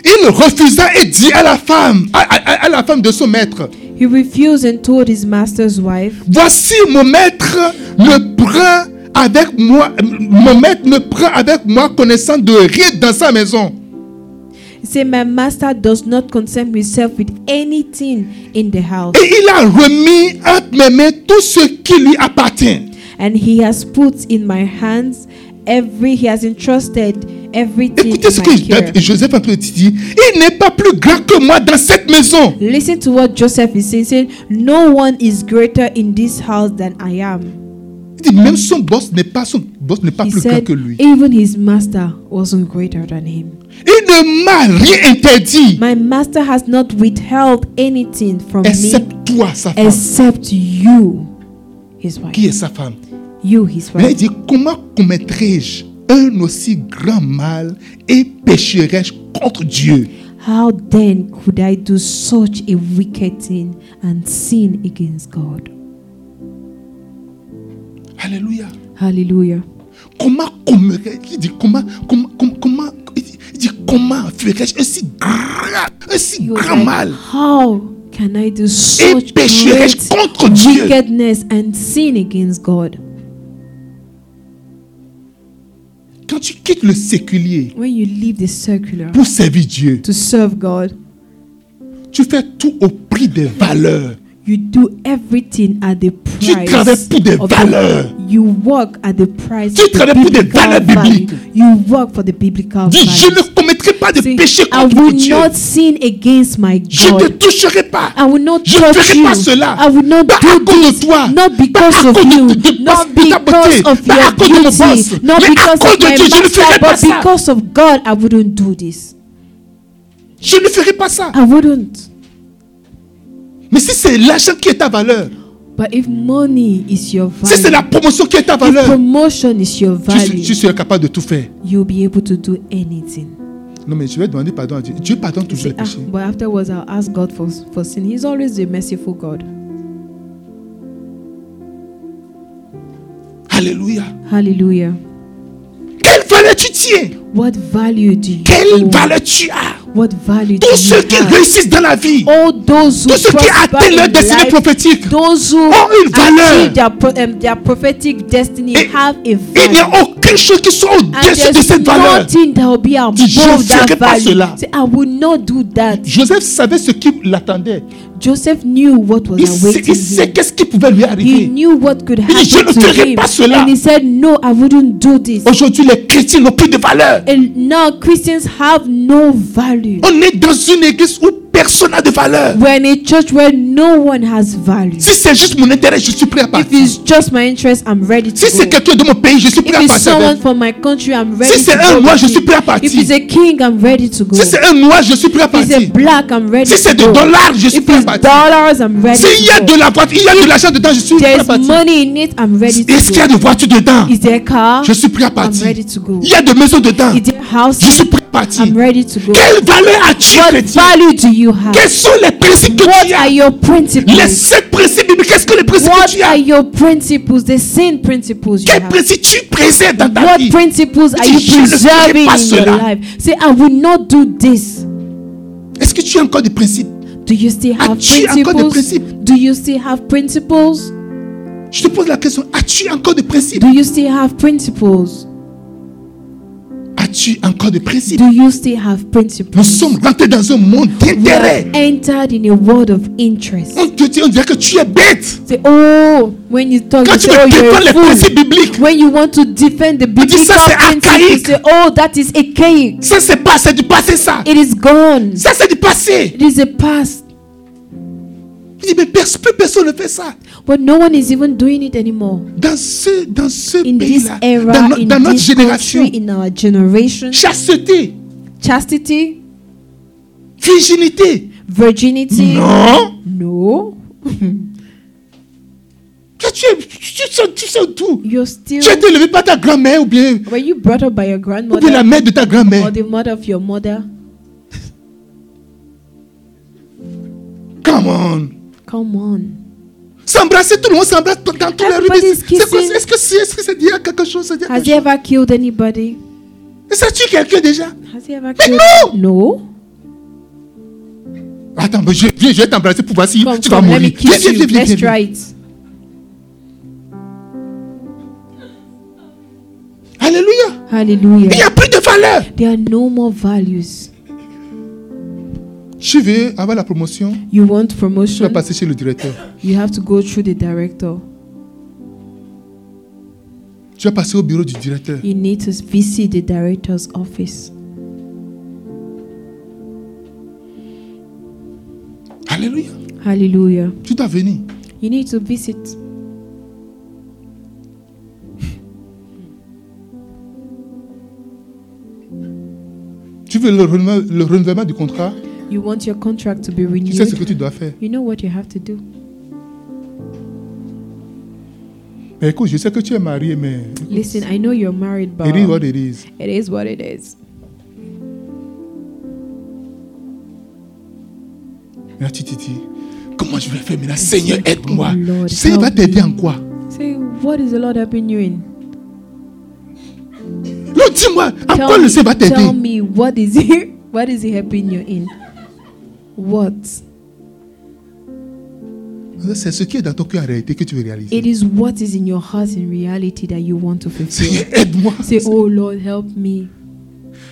Il refusa et dit à la femme, à, à- à la femme de son maître, He refused and told his master's wife, voici mon maître ne prend avec moi, mon maître ne prend avec moi connaissance de rien dans sa maison. He said, My master does not concern himself with anything in the house, Et il a remis entre mes mains tout ce qui lui appartient. and he has put in my hands every, he has entrusted everything Écoutez in ce my que care. David- Joseph est en train de dire. Il n'est pas plus grand que moi dans cette maison. Listen to what Joseph is saying, saying, No one is greater in this house than I am. Il dit, même son boss n'est pas, son boss n'est pas He plus grand said, que lui. Even his master wasn't greater than him. Il ne m'a rien interdit, My master has not withheld anything from me excepte toi, sa femme. except you, his Qui wife. est sa femme You, his Mais il wife. dit, comment commettrai-je un aussi grand mal et pécherai-je contre Dieu How then could I do such a wicked thing and sin against God? Alléluia. Hallelujah. Comment commettrai Il dit, comment, comment, comment, comment- il dit- il dit, comment ferai-je un si grand, un si He was grand like, mal How can I do et such great pécherai-je contre Dieu wickedness and sin against God? Quand tu quittes le séculier When you leave the circular pour servir Dieu, to serve God, tu fais tout au prix des valeurs. you do everything at the price. Tu travailles pour des of valeurs. The, you work at the price. Tu of the travailles pour des biblical valeurs value. bibliques. You work for the biblical Dis, je value. ne commettrai pas de Say, péché I contre will Dieu. not sin against my Je ne te God. toucherai pas. I will not Je ne touch ferai you. pas cela. I will not pas à do cause this. de toi. Not pas because à of cause de- you. de- not de- de ta because beauté. of pas à cause de your mon beauty. boss. Not mais à because cause of de my Dieu, je ne master, ferai pas but ça. because of God, I wouldn't do this. Je ne ferai pas ça. I wouldn't. Mais si c'est l'argent qui est ta valeur, But if money is your si c'est value, la promotion qui est ta if valeur, promotion is your tu, value, tu seras capable de tout faire. you'll be able to do anything. Non, mais je vais demander pardon à Dieu. Dieu pardonne You toujours say, les "Ah, péchés. but afterwards, I'll ask God for, for sin. He's always a merciful God. Alléluia. Hallelujah. Quelle valeur tu tiens What value do you Quelle hold? valeur tu as What value do Tous you ceux qui have? réussissent dans la vie, All those who tous ceux qui prosper atteignent leur in destinée life, prophétique, those who ont une valeur. achieve their, pro- um, their prophetic destiny Et- have a il n'y value. a aucune chose qui soit And au-dessus de there's cette valeur. nothing that will be above Dis, je ne ferai that pas value. cela. Say, I will not do that. Joseph savait ce qui l'attendait. Joseph knew what was Il sait, il awaiting sait him. qu'est-ce qui pouvait lui He arriver. knew what could dit, je happen ne to ferai him. pas cela. Oh, And he said, No, I wouldn't do this. Aujourd'hui, les chrétiens n'ont plus de valeur. And now Christians have no value. On est dans une église où personne n'a de valeur. We're in a church where no one has value. Si c'est juste mon intérêt, je suis prêt à If partir. it's just my interest, I'm ready to Si c'est go. quelqu'un de mon pays, je suis prêt If à it's partir. someone avec. from my country, I'm ready Si to c'est go. un noir, with je him. suis prêt à partir. If it's a king, I'm ready to go. Si c'est un noir, je suis prêt à If it's partir. a black, I'm ready Si c'est to des go. dollars, je suis If prêt à it's partir. dollars, I'm ready S'il y a to de go. la voiture, il y a de l'argent dedans, je suis prêt à There's partir. money in it, I'm ready to Est-ce qu'il y a go. de voitures dedans? Is there a car? Je suis prêt à I'm partir. ready to go. Il y a de maisons dedans. Is there a house? Je suis prêt à partir. I'm ready to go. Quelle valeur as-tu, What chrétien? value do you have? Quels sont les principes que tu What are as? your Les principles? sept principes bibliques, qu'est-ce que les principes que What tu as? are your principles? The same principles you Quels have. principes tu préserves dans ta What vie? principles are Je you ne ferai preserving pas in your cela. life? Say, I will not do this. Est-ce que tu as encore des principes? Do you still have As-tu encore des principles? principes? Do you still have principles? Je te pose la question, as-tu encore des principes? Do you still have principles? As- As-tu encore des principes Do you still have Nous principles? sommes rentrés dans un monde We are d'intérêt. entered in a world of interest. On te dit, on dirait que tu es bête. Say, oh, when you talk, Quand you tu say, oh, veux you're défendre les a principes fool. bibliques, When you want to defend the dis, biblical "Ça, c'est principles, you archaïque." say, oh, that is archaic. ça c'est pas, c'est du passé ça. It is gone. Ça c'est du passé. It is a past. Il dit, mais pers- plus personne ne fait ça. But no one is even doing it anymore. Dans ce, dans ce In this pays-là, era, dans, no- in dans notre this génération, country, in our generation, chasteté, chastity, virginité. virginity, Non. no, Toi, tu, es, tu, tu sais- tu sais tout. you're still. Tu as été élevé par ta grand-mère ou bien, Were you brought up by your ou bien la grandmother mère de ta or grand-mère. the mother of your mother? Come on. Come on. S'embrasser, tout le monde s'embrasse dans dans tous les rues. mais Everybody's c'est- c'est quoi- kissing. Est-ce que c'est est-ce que ça dit quelque chose Ça dit Has quelque he chose ever killed anybody? Et ça tue quelqu'un déjà Has he ever Mais killed? non No. Attends, mais je, viens, je vais t'embrasser pour voir si Come, tu vas come, let mourir. me Viens, kiss viens, you. viens, viens, Let's viens. try it. Alléluia. Il n'y Hallelujah. a plus de valeur. There are no more values. Je veux avoir la promotion. You want Je vais promotion? passer chez le directeur. You have to go through the director. Je vais passer au bureau du directeur. You need to visit the director's office. Alléluia. Hallelujah. Tu dois venir. You need to visit. Tu veux le renouvellement, le renouvellement du contrat. You want your contract to be Tu sais ce que renewed. tu dois faire. You know what you have to do. Mais écoute, je sais que tu es marié, mais. écoute, Listen, I know you're married, but It is what it is. it is what it is. Mais là, tu te dis, comment je vais faire maintenant Seigneur, aide-moi. Lord, Seigneur va help t'aider me. en quoi Say, what is the Lord helping you in? Non, dis-moi, en quoi Tell le me, Seigneur va t'aider tell me what is he what is he helping you in? What? C'est ce qui est dans ton cœur en réalité que tu veux It réaliser. is what is in your heart in reality that you want to Seigneur, fulfill. aide-moi. Say, oh Lord, help me.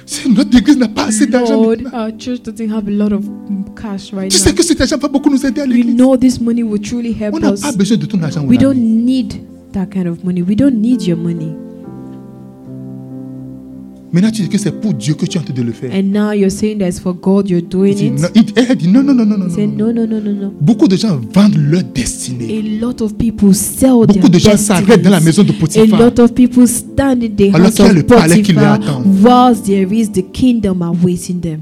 Si Notre église n'a pas assez d'argent. Lord, maintenant. our church doesn't have a lot of mm, cash right Tu sais now. que cet argent va beaucoup nous aider à You l'église. know this money will truly On help n'a us. pas besoin de ton argent. mon We ami. don't need that kind of money. We don't need your money. Maintenant, tu dis que c'est pour Dieu que tu es en train de le faire. And now you're saying that it's for God you're Il doing dit, non, it. il- elle dit non, non, non, non, non, He said, non, non. no, no, no, no, no. Beaucoup de gens vendent leur destinée. A lot of people sell their Beaucoup de gens s'arrêtent dans la destinies. maison de A Potiphar. lot of people stand in the Alors house qu'il y a of le palais qui leur Potiphar attend. whilst there is the kingdom awaiting them.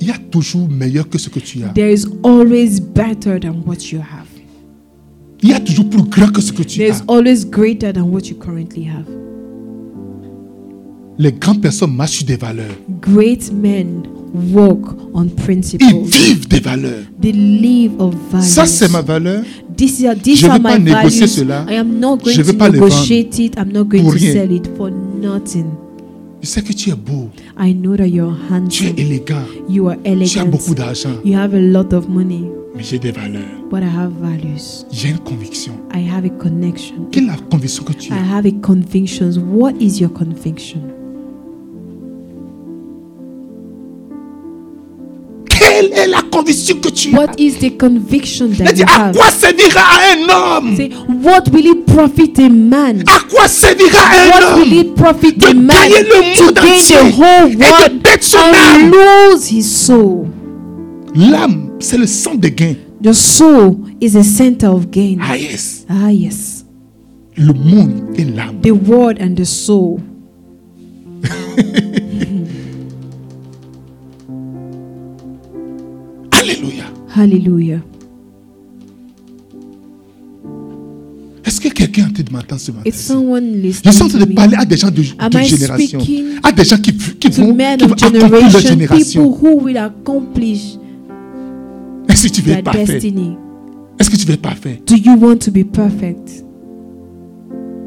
Il y a toujours meilleur que ce que tu as. There is always better than what you have. Il y a toujours plus grand que ce que tu There's as. always greater than what you currently have. Les grandes personnes marchent sur des valeurs. Great men walk on Ils principles. vivent des valeurs. They live of values. Ça, c'est ma valeur. These are, these Je are veux my pas négocier values. cela. I am not going Je veux to pas les negotiate it. I'm not going Pour to rien. sell it for nothing. Je sais que tu es beau. I know that you're Tu es handsome. élégant. You are Tu as elegant. beaucoup d'argent. You have a lot of money, Mais j'ai des valeurs. but I have values. J'ai une conviction. I have a connection. Quelle est la conviction que tu I as have a conviction. What is your conviction? Quelle est la conviction que tu as Ah. What is the conviction Il a that dit, you à have? quoi servira un homme Say, what will it profit a man? À quoi servira What un will homme it profit de a man gagner le to gain monde entier the whole et de world perdre son and âme lose his soul? L'âme, c'est le sang de gain. The soul is a center of gain. Ah yes, Ah, yes. le monde et l'âme. The word and the soul. Alléluia. Hallelujah. Est-ce que quelqu'un est en train de m'entendre ce matin If someone Je listening suis en train to de me, parler à des gens de, Am de I génération, speaking à des gens qui, qui to vont, men qui vont of accomplir leur generation, people génération. who will accomplish Est-ce que tu veux their être parfait destiny. Est-ce que tu veux être parfait Do you want to be perfect?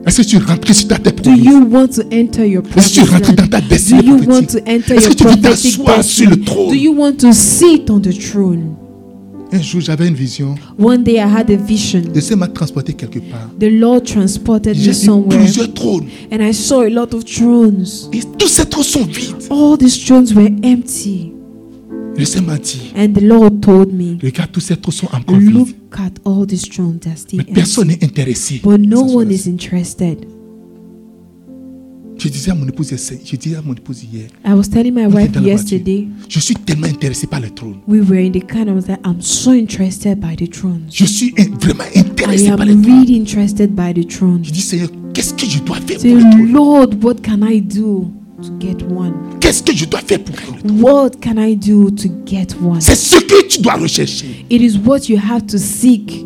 Est-ce que tu rentres sur ta tête Do you want to enter your Est-ce que tu promised rentres dans land? ta Do destinée you want prophétique to enter Est-ce your que tu veux prophetic t'asseoir sur destiny? le trône Do you want to sit on the throne? Un jour, j'avais une vision. One day I had a vision. Le Seigneur m'a transporté quelque part. The Lord transported me J'ai vu somewhere, plusieurs trônes. and I saw a lot of thrones. Et tous ces trônes sont vides. All these thrones were empty, Le Seigneur m'a dit and the Lord told me, Regarde, tous ces trônes sont encore vides. "Look at all these thrones that are still Mais empty." personne n'est intéressé. But no Ça, ça, one ça. is interested. Je disais à mon épouse, hier- je disais à mon épouse hier, I was telling my on était wife dans la Ah voiture. yesterday. je suis tellement intéressé par les trônes. We were in the car, and I was like, "I'm so interested by the thrones. Je suis in- vraiment I intéressé am par les trônes. really interested by the Je thrones." dis, Seigneur, qu'est-ce que je dois faire pour Say, le trône Lord, what can I do to get one? Qu'est-ce que je dois faire pour le trône What can I do to get one? C'est ce que tu dois rechercher. It is what you have to seek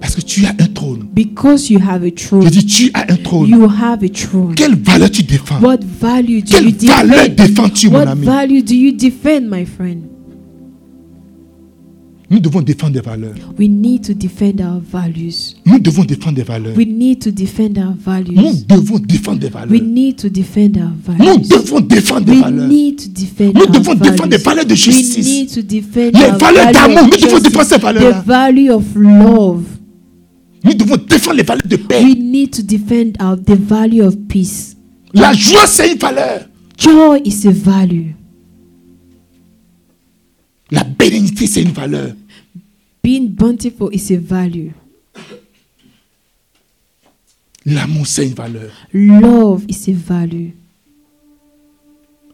Parce que tu as un trône. because you have a Je throne. dis, tu as un trône. You have a throne. Quelle valeur tu défends What value do Quelle you valeur defend? défends-tu, mon What ami value do you defend, my friend? Nous devons défendre des valeurs. We need to defend our values. Nous devons défendre des valeurs. We need to defend our Nous values. devons défendre des We valeurs. need to defend our Nous values. devons défendre des We valeurs. need to defend Nous our devons défendre des values. valeurs de We justice. need to defend Les our valeurs value d'amour, of nous devons justice. défendre ces valeurs-là. The value of love. Nous devons défendre les valeurs de paix. We need to defend our the value of peace. La joie, c'est une valeur. Joy is a value. La bénédiction, c'est une valeur. Being bountiful is a value. L'amour, c'est une valeur. Love is a value.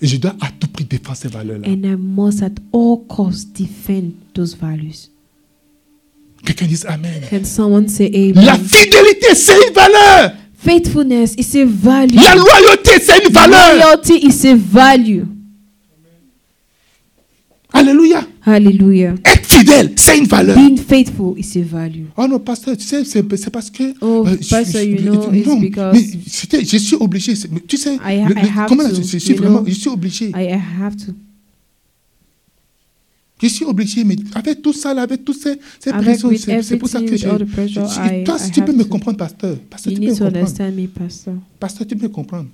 Et je dois à tout prix défendre ces valeurs-là. And I must at all costs defend those values. Quelqu'un dise Amen. Can someone say La amen? fidélité, c'est une valeur. Faithfulness is a value. La loyauté, c'est une valeur. Loyalty is a value. Alléluia. Hallelujah. Être fidèle, c'est une valeur. Being faithful is a value. Oh non, pasteur, tu sais, c'est c'est parce que. euh, Oh, je- pastor, je- you know, it's non, because- mais c'était- je suis obligé. c'est- mais Tu sais, I ha- le- le- I have comment to, je, je suis you vraiment, know. je suis obligé. I, I have to. Je suis obligé, mais avec tout ça, là, avec toutes ces, ces Avec pressions, with c'est c'est pour ça que everything, je. with all the pressure, je- I- toi, I si tu peux have me to. comprendre, pasteur. Pasteur, You tu peux need me to comprendre. understand me, Pastor. Pasteur, tu peux me comprendre.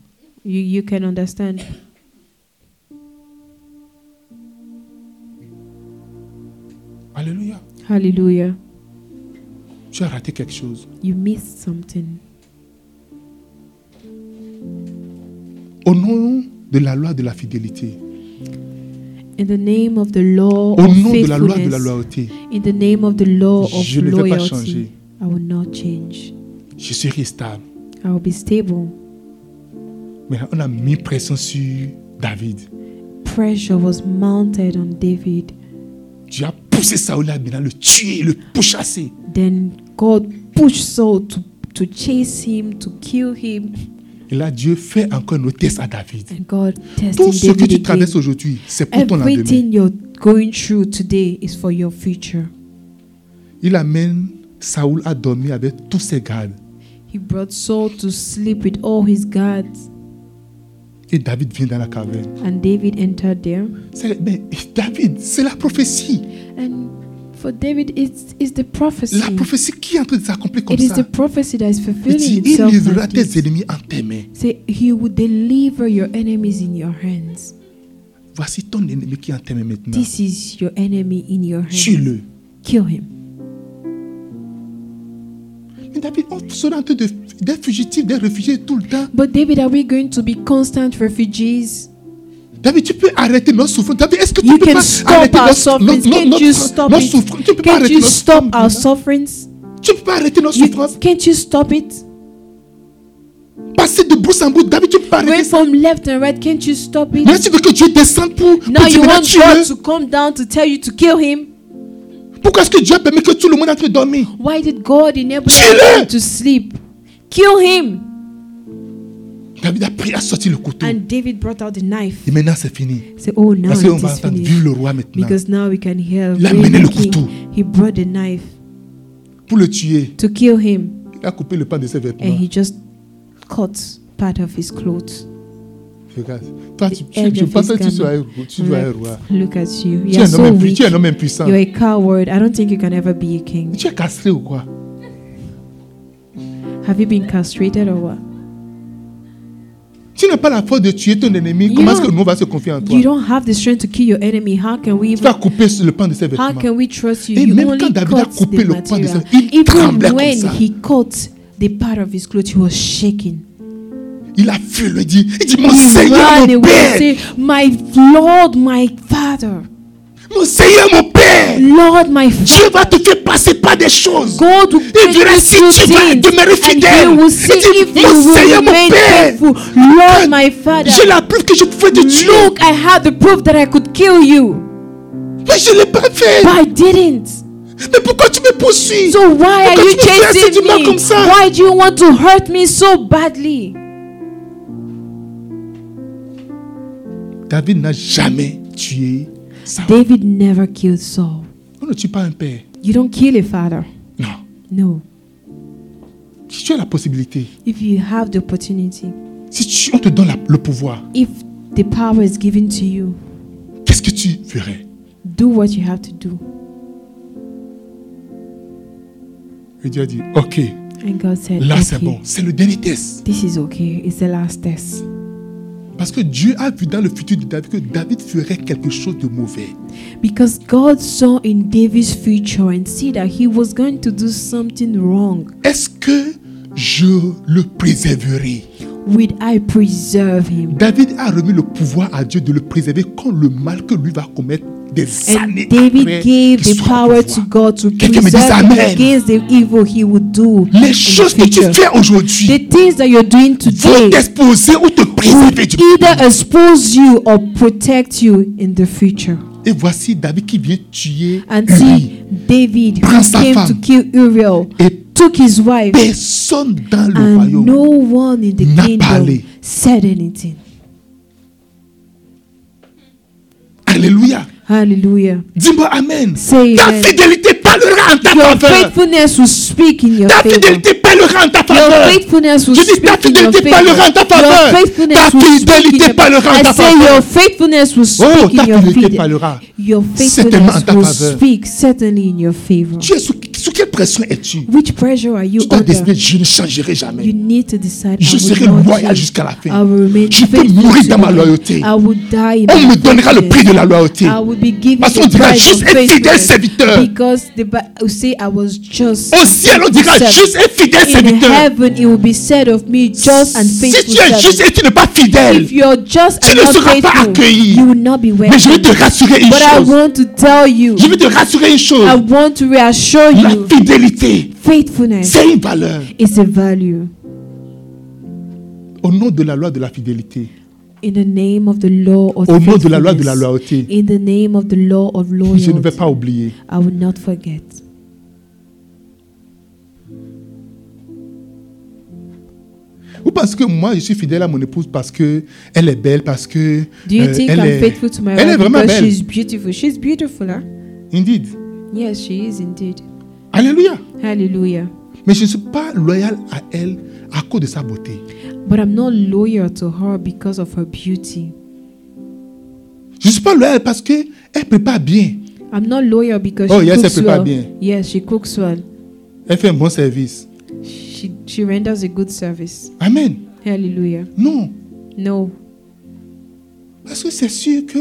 You you can understand. Alléluia. Hallelujah. Tu as raté quelque chose. You missed something. Au nom de la loi de la fidélité, In the name of the law au of nom de la loi de la faithfulness. loyauté, In the name of the law of Je ne vais pas changer. loyalty, I will not change. je serai stable. I will be stable. Mais là, on a mis pression sur David. Pressure was mounted on David. Tu as poussé Saoul à Abner, le tuer, le pourchasser. Then God pushed Saul to, to chase him, to kill him, Et là, Dieu fait encore une test à David. and God Tout tested ce que David tu traverses again. aujourd'hui, c'est pour ton lendemain. Everything you're going through today is for your future. Il amène Saoul à dormir avec tous ses gardes. He brought Saul to sleep with all his guards, Et David vient dans la caverne. and David entered there. C'est- Mais David, c'est la prophétie. And for David, it's, it's the prophecy. La prophétie qui est en train de s'accomplir comme It is ça. the prophecy that is Il fulfilling dit, il itself. livrera like this. tes ennemis en tes mains. Say, He will deliver your enemies in your hands. Voici ton ennemi qui est en tes mains maintenant. This is your enemy in your hands. Tue-le. Kill him. Mais David, on sera en train de, des fugitifs, des réfugiés tout le temps. But David, are we going to be constant refugees? David, tu peux arrêter nos souffrances. David, est-ce que tu You peux can pas stop arrêter our nos- sufferings. nos- nos- Can't you nos- stop nos souffrances Tu peux it? pas Can't arrêter you nos stop our souffrances. sufferings? Tu peux pas arrêter nos You- souffrances. can't you stop it? Passer de bout en bout, David, tu peux pas Going arrêter. ça. from left and right, can't you stop Mais it? si tu veux que Dieu descende pour, pour Now dire, you maintenant, want tue-le. God to come down to tell you to kill him? Pourquoi est-ce que Dieu a permis que tout le monde entre dormir Why did God enable Tue-le! him to sleep? Kill him! David a pris à sortir le couteau. And David brought out the knife. Et maintenant, c'est fini. Say, oh, now Parce qu'on it va is entendre finished. vive le roi maintenant. Because now we can hear Il a David mené le king. couteau. He brought the knife Pour le tuer, to kill him, il a coupé le pan de ses and vêtements. he just cut part of his clothes. Regarde. Toi, tu, tu, Edge tu of penses his que tu sois un, garment. tu dois un Look- roi. Look at you. You Tu es are un homme so impu- weak. tu es un homme impuissant. You're a coward. I don't think you can ever be a king. Tu es castré ou quoi Have you been castrated or what? Tu n'as pas la force de tuer ton ennemi, You comment est-ce que don't- nous on va se confier en toi You don't have the strength to kill your enemy. How can we Tu vas even, couper le pan de ses how vêtements. can we trust you? Et you même only quand David a cut coupé the le pan de material. sa- il tremblait Even comme when ça. he cut the part of his clothes, he was shaking. Il a fui, le dit. Il dit, mon He Seigneur, ran mon away and Père, said, My Lord, my Father, mon Seigneur, mon Père, Lord, my Father. Dieu va te faire passer par des choses. God will Il dira, grant si you tu vas things, demeurer and fidèle, He will il say, dit, if mon you Seigneur, will mon remain Père, faithful, Lord, my Father, J'ai la preuve que je pouvais te tuer, look, I had the proof that I could kill you, mais je ne l'ai pas fait. but I didn't. Mais pourquoi tu me poursuis So why are Pourquoi you tu me fais assez chasing du mal me? comme ça Why do you want to hurt me so badly? David n'a jamais tué Saul. David never killed Saul. On ne tue pas un père. You don't kill a father. Non. No. Si tu as la possibilité, If you have the opportunity, si tu- on te donne la- le pouvoir, if the power is given to you, qu'est-ce que tu ferais do what you have to do. Et Dieu a dit, ok, And God said, là c'est okay, bon, c'est le dernier test. this is okay. It's the last test. Parce que Dieu a vu dans le futur de David que David ferait quelque chose de mauvais. Because God saw in David's future and see that he was going to do something wrong. Est-ce que je le préserverai Would I preserve him? David a remis le pouvoir à Dieu de le préserver contre le mal que lui va commettre des années And David gave après qu'il the soit au power to pouvoir. God to Quelqu'un me preserve dise him Amen. against the evil he would do. in Les the choses que tu future. fais aujourd'hui The things that you're doing vont today t'exposer ou te préserver du either expose you or protect you in the future. Et voici David qui vient tuer And Uri. see, David Prends who sa came to femme. kill Uriel Et took his wife, personne dans le and royaume. no one in the n'a kingdom parlé. said anything. Alléluia. Hallelujah. Dis-moi Amen. Say ta amen. fidélité parlera en ta Your faveur. faithfulness will speak in your Euh, Ta favor. fidélité parlera en ta Your faveur. faithfulness will Je dis speak ta in your fidélité favor. parlera en ta Your faveur. faithfulness Ta will speak in fidélité your parlera en I ta say your faveur. faithfulness will speak Oh, ta in your fidélité fide- parlera. Your Certainement en faithfulness ta will faveur. speak certainly in your favor. Tu es sous, sous quelle pression es-tu Which pressure are you Tu dois under? décider, je ne changerai jamais. You need to decide. Je I will serai not loyal change. jusqu'à la fin. I will remain Je peux faithful mourir to dans ma you. loyauté. I will die in On my me donnera le faithfulness. prix de la loyauté. I will be given Parce the qu'on dira, price of Juste et fidèle faithfulness. serviteur. Because the Bible say I was just. Au ciel, on dira, servant. juste et fidèle In serviteur. heaven, it will be said of me, just and Si faithful tu es juste servant. et tu n'es pas fidèle, If you're just tu and ne not seras pas faithful, accueilli. you will not be mais je vais welcome. te rassurer une But I chose. want to tell you, Je vais te rassurer une I chose. want to reassure La you, fidélité, faithfulness c'est une valeur. is a value. Au nom de la loi de la fidélité, In the name of the law of au nom de la loi de la faithfulness. loyauté, In the name of the law of je ne vais loyalty, pas oublier. I will not forget. Ou parce que moi, je suis fidèle à mon épouse parce que elle est belle, parce que Do you euh, think elle, I'm est, faithful to my elle est wife vraiment because belle. she's beautiful? She's beautiful, huh? Indeed. Yes, she is indeed. Alléluia. Hallelujah. Mais je ne suis pas loyal à elle à cause de sa beauté. But I'm not loyal to her because of her beauty. Je ne suis pas loyal parce que elle prépare bien. I'm not loyal because Oh, she yes, elle cooks well. prépare bien. Yes, she cooks well. Elle fait un bon service. She she renders a good service. Amen. Hallelujah. Non. No, Parce que c'est sûr que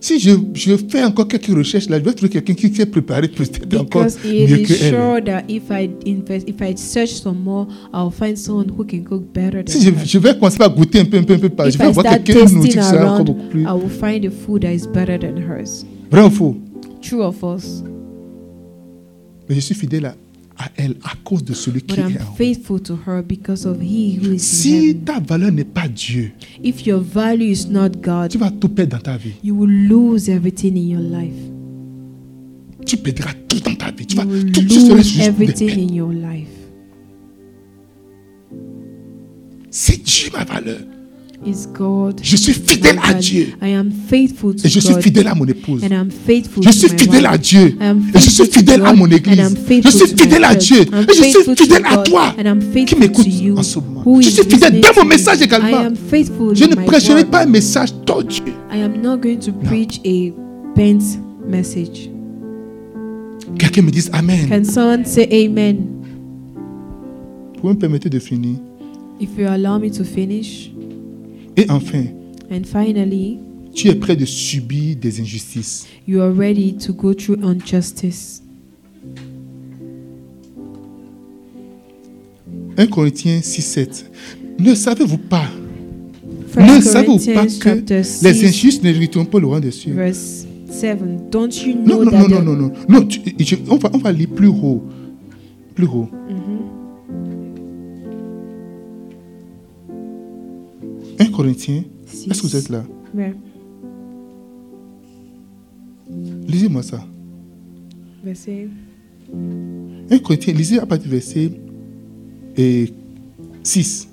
si je, je fais encore quelques recherches là, je vais trouver quelqu'un qui s'est préparé peut-être encore because it mieux que is elle. sure that if I invest, if I search some more, I'll find someone who can cook better than Si je, her. je vais commencer à goûter un peu, un peu, un peu, par- je If vais I avoir start quelqu'un qui nous dit tasting que sera encore beaucoup around, plus. I will find a food that is better than hers. Vrai ou faux True or false? Mais je suis fidèle à, à elle à cause de celui But qui I'm est en haut. faithful to her because of He who is in Si heaven. ta valeur n'est pas Dieu, If your value is not God, tu vas tout perdre dans ta vie. you will lose everything in your life. Tu perdras tout dans ta vie. Tu, You vas, will tout, tu seras lose juste des everything pertes. in your life. C'est Dieu ma valeur. Is God. Je suis fidèle à Dieu. I am faithful to Et je suis God. fidèle à mon épouse. And I'm faithful Je to suis my fidèle wife. à Dieu. I am Et je suis faithful to fidèle à God, mon and église. I'm Je faithful suis to my fidèle à church. Dieu. I'm Et je suis faithful to fidèle à God, toi and I'm qui faithful m'écoute to you, en ce moment. who Je is suis fidèle listening dans mon to me. message I également. am faithful Je in ne my prêcherai word. pas un message tordu. I am not going to preach a bent message. Quelqu'un me dise Amen. Can someone say amen? Vous me permettez de finir. If you allow me to finish. Et enfin, And finally, tu es prêt de subir des injustices. you are ready to go through injustice. 1 Corinthiens 6, 7. Ne savez-vous pas, ne First savez-vous pas Corinthians chapter que les 6, injustes n'hériteront pas le rang des cieux? verse 7. Don't you know Non, non, that non, the- non, non, non. Non, tu- je- on, va, on va lire plus haut. Plus haut. Mhm. 1 Corinthiens, Six. est-ce que vous êtes là? Where? Lisez-moi ça. Verse eight. 1 Corinthiens, lisez à partir du verset euh, et 6.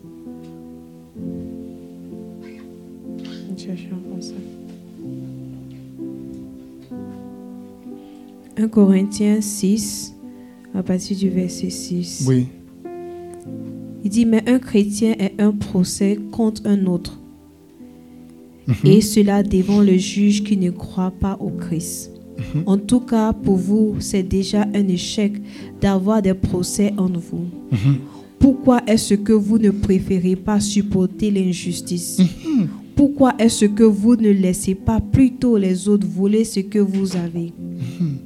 Je cherche en français. 1 Corinthiens 6, à partir du verset 6. Oui. Il dit, mais un chrétien est un procès contre un autre. Mhm. Et cela devant le juge qui ne croit pas au Christ. Mhm. En tout cas, pour vous, c'est déjà un échec d'avoir des procès en vous. Mhm. Pourquoi est-ce que vous ne préférez pas supporter l'injustice Mhm. Pourquoi est-ce que vous ne laissez pas plutôt les autres voler ce que vous avez Mhm.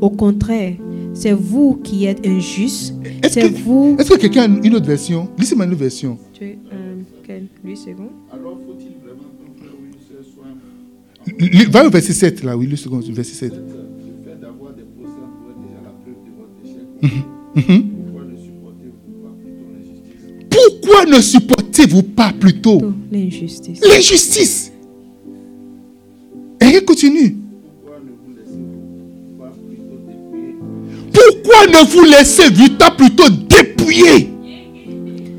Au contraire, c'est vous qui êtes injuste. Est-ce C'est que- vous Est-ce que quelqu'un a une une autre version? Lisez-moi une autre version. tu es euh, quel Lui, c'est bon Alors faut-il vraiment que une seule soit Li- Va au verset 7, là, oui, le second verset 7. peut-être le fait d'avoir des procès en vous est déjà la preuve de votre échec Mhm. Pourquoi ne supportez-vous pas plutôt l'injustice Pourquoi ne supportez-vous pas plutôt Tout, L'injustice. l'injustice Et il continue. Pourquoi ne vous laissez-vous pas plutôt dépouiller Pourquoi ne vous laissez vous pas plutôt dépouiller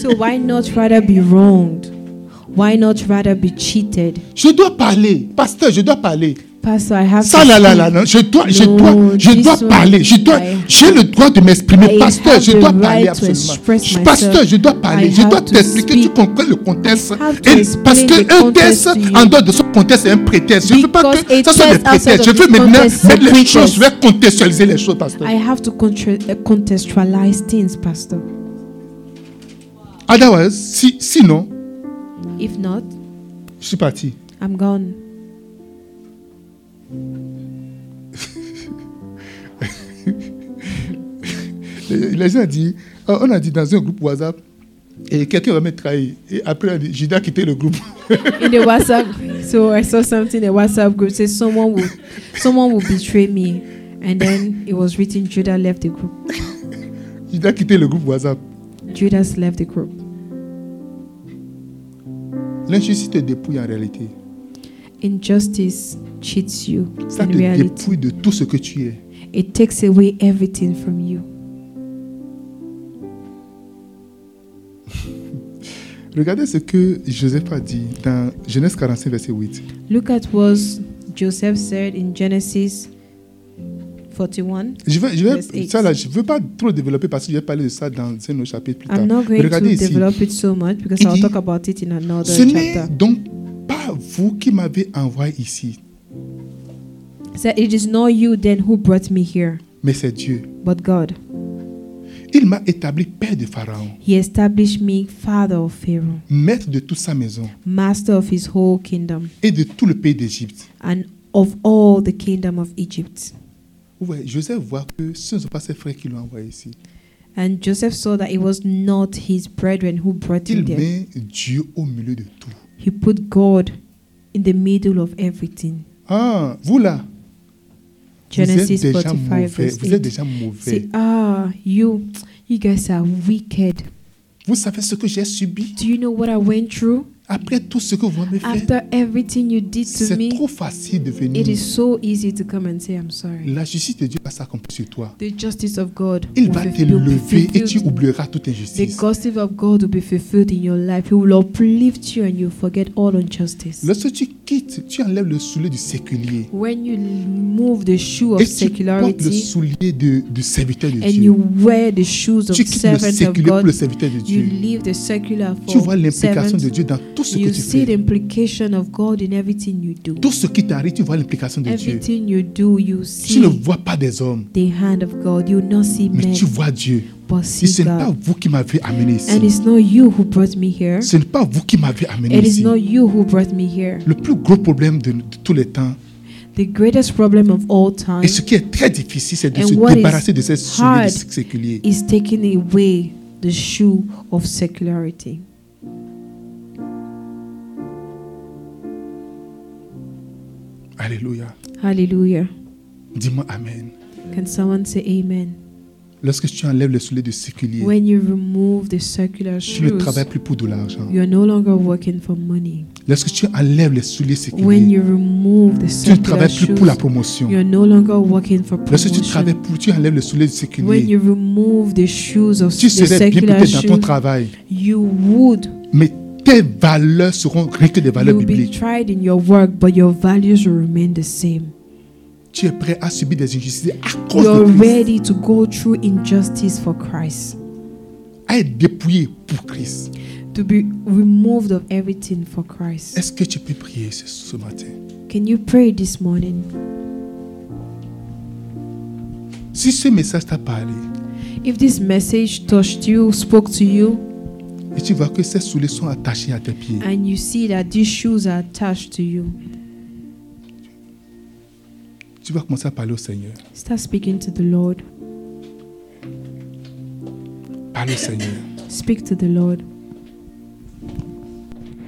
so why not rather be wronged? Why not rather be cheated? Je dois parler, pasteur, je dois parler. Pastor, I have Ça to là là speak. là, non, je dois, je No, dois, je this dois one, parler, je dois, I j'ai le droit de m'exprimer, I pasteur, have je the dois right parler to express absolument. myself. Pasteur, je dois parler, I je dois have to t'expliquer, tu speak. comprends le contexte. I have to Et explain parce que the un context texte to you. en dehors de ce contexte est un prétexte. Je ne veux pas Because que a ça soit des text outside prétextes. Je of veux the maintenant context is mettre les pretext. choses, je vais contextualiser les choses, pasteur. I have to contra- uh, contextualize things, Pastor. Otherwise, si, sinon, If not, je suis parti. I'm gone. Les, les gens disent, euh, on a dit dans un groupe WhatsApp, et quelqu'un va me trahir. Et après, on dit, Judas a quitté le groupe. In the WhatsApp, so I saw something in the WhatsApp group says someone will, someone will betray me, and then it was written Judah left the group. Judas a quitté le groupe WhatsApp. Judas left the group. L'injustice te dépouille en réalité. Injustice cheats you Ça in te reality. dépouille de tout ce que tu es. It takes away everything from you. Regardez ce que Joseph a dit dans Genèse 45, verset 8. Look at what Joseph said in Genesis 41. Je vais, je vais- Verse eight. ça là, je veux pas trop développer parce que je vais parler de ça dans un autre chapitre plus tard. I'm not Mais going regardez to ici. develop it so much because Il I'll dit, talk about it in another Ce n'est chapter. donc pas vous qui m'avez envoyé ici, So it is not you then who brought me here, mais c'est Dieu. but God. Il m'a établi père de Pharaon, He established me father of Pharaoh, maître de toute sa maison master of his whole kingdom, et de tout le pays d'Égypte. and of all the kingdom of Egypt. Vous voyez, Joseph voit que ce ne sont pas ses frères qui l'ont envoyé ici. And Joseph saw that it was not his brethren who brought Il him there. met Dieu au milieu de tout. He put God in the middle of everything. Ah, vous là, Genesis vous êtes déjà 45 mauvais. verse Vous êtes 8. déjà mauvais. Say, ah, you, you guys are wicked. Vous savez ce que j'ai subi Do you know what I went through? après tout ce que vous m'avez fait. After everything you did to C'est me, trop facile de it venir. is so easy to come and say, I'm sorry. La justice de Dieu va s'accomplir sur toi. The justice of God Il will va be te will be lever et tu fulfilled. oublieras toute The injustice. gospel of God will be fulfilled in your life. He will uplift you and you forget all injustice. Lorsque tu quittes, tu enlèves le soulier du séculier When you move the shoe of et tu portes le secularity soulier de- du serviteur de and you Dieu. wear the shoes of Tu quittes le servant of séculier pour God, le serviteur de you Dieu. leave the secular Tu vois for l'implication servant. de Dieu dans tout ce que You tu see the fais, implication of God in everything you do. tout ce qui t'arrive, tu vois l'implication de Dieu. Everything you do, you Tu ne see vois pas des hommes, the hand of God. You not see mais men, tu vois Dieu. but Et ce see n'est pas God. vous qui m'avez amené And ici. it's not you who brought me here. Ce n'est pas vous qui m'avez amené It is ici. not you who brought me here. Le plus gros problème de, de tous les temps, The greatest problem of all time et ce qui est très difficile, c'est de And se what is débarrasser de ces souliers hard séculiers. is taking away the shoe of secularity. Alléluia. Hallelujah. Dis-moi Amen. Can someone say amen? Lorsque tu enlèves le soulier de séculier, When you remove the secular tu ne shoes, travailles plus pour de l'argent. you are no longer working for money. Lorsque tu enlèves les souliers When séculiers, you remove the tu ne secular travailles plus pour la shoes, promotion. you are no longer working for Lorsque tu travailles promotion. pour, tu enlèves le soulier When séculier, you remove the shoes of tu the serais bien secular peut-être dans ton shoes, travail, you would mais tes valeurs seront rien que des valeurs You'll be bibliques. tried in your work, but your values will remain the same. Tu es prêt à subir des injustices à cause You're de Christ, ready to go through injustice for Christ, à être dépouillé pour Christ. to be removed of everything for Christ. Est-ce que tu peux prier ce, ce matin? Can you pray this morning? Si ce message t'a parlé If this message touched you, spoke to you, et tu vois que ces souliers sont attachés à tes pieds, and you see that these shoes are attached to you, tu vas commencer à parler au Seigneur. start speaking to the Lord. Parle au Seigneur. Speak to the Lord.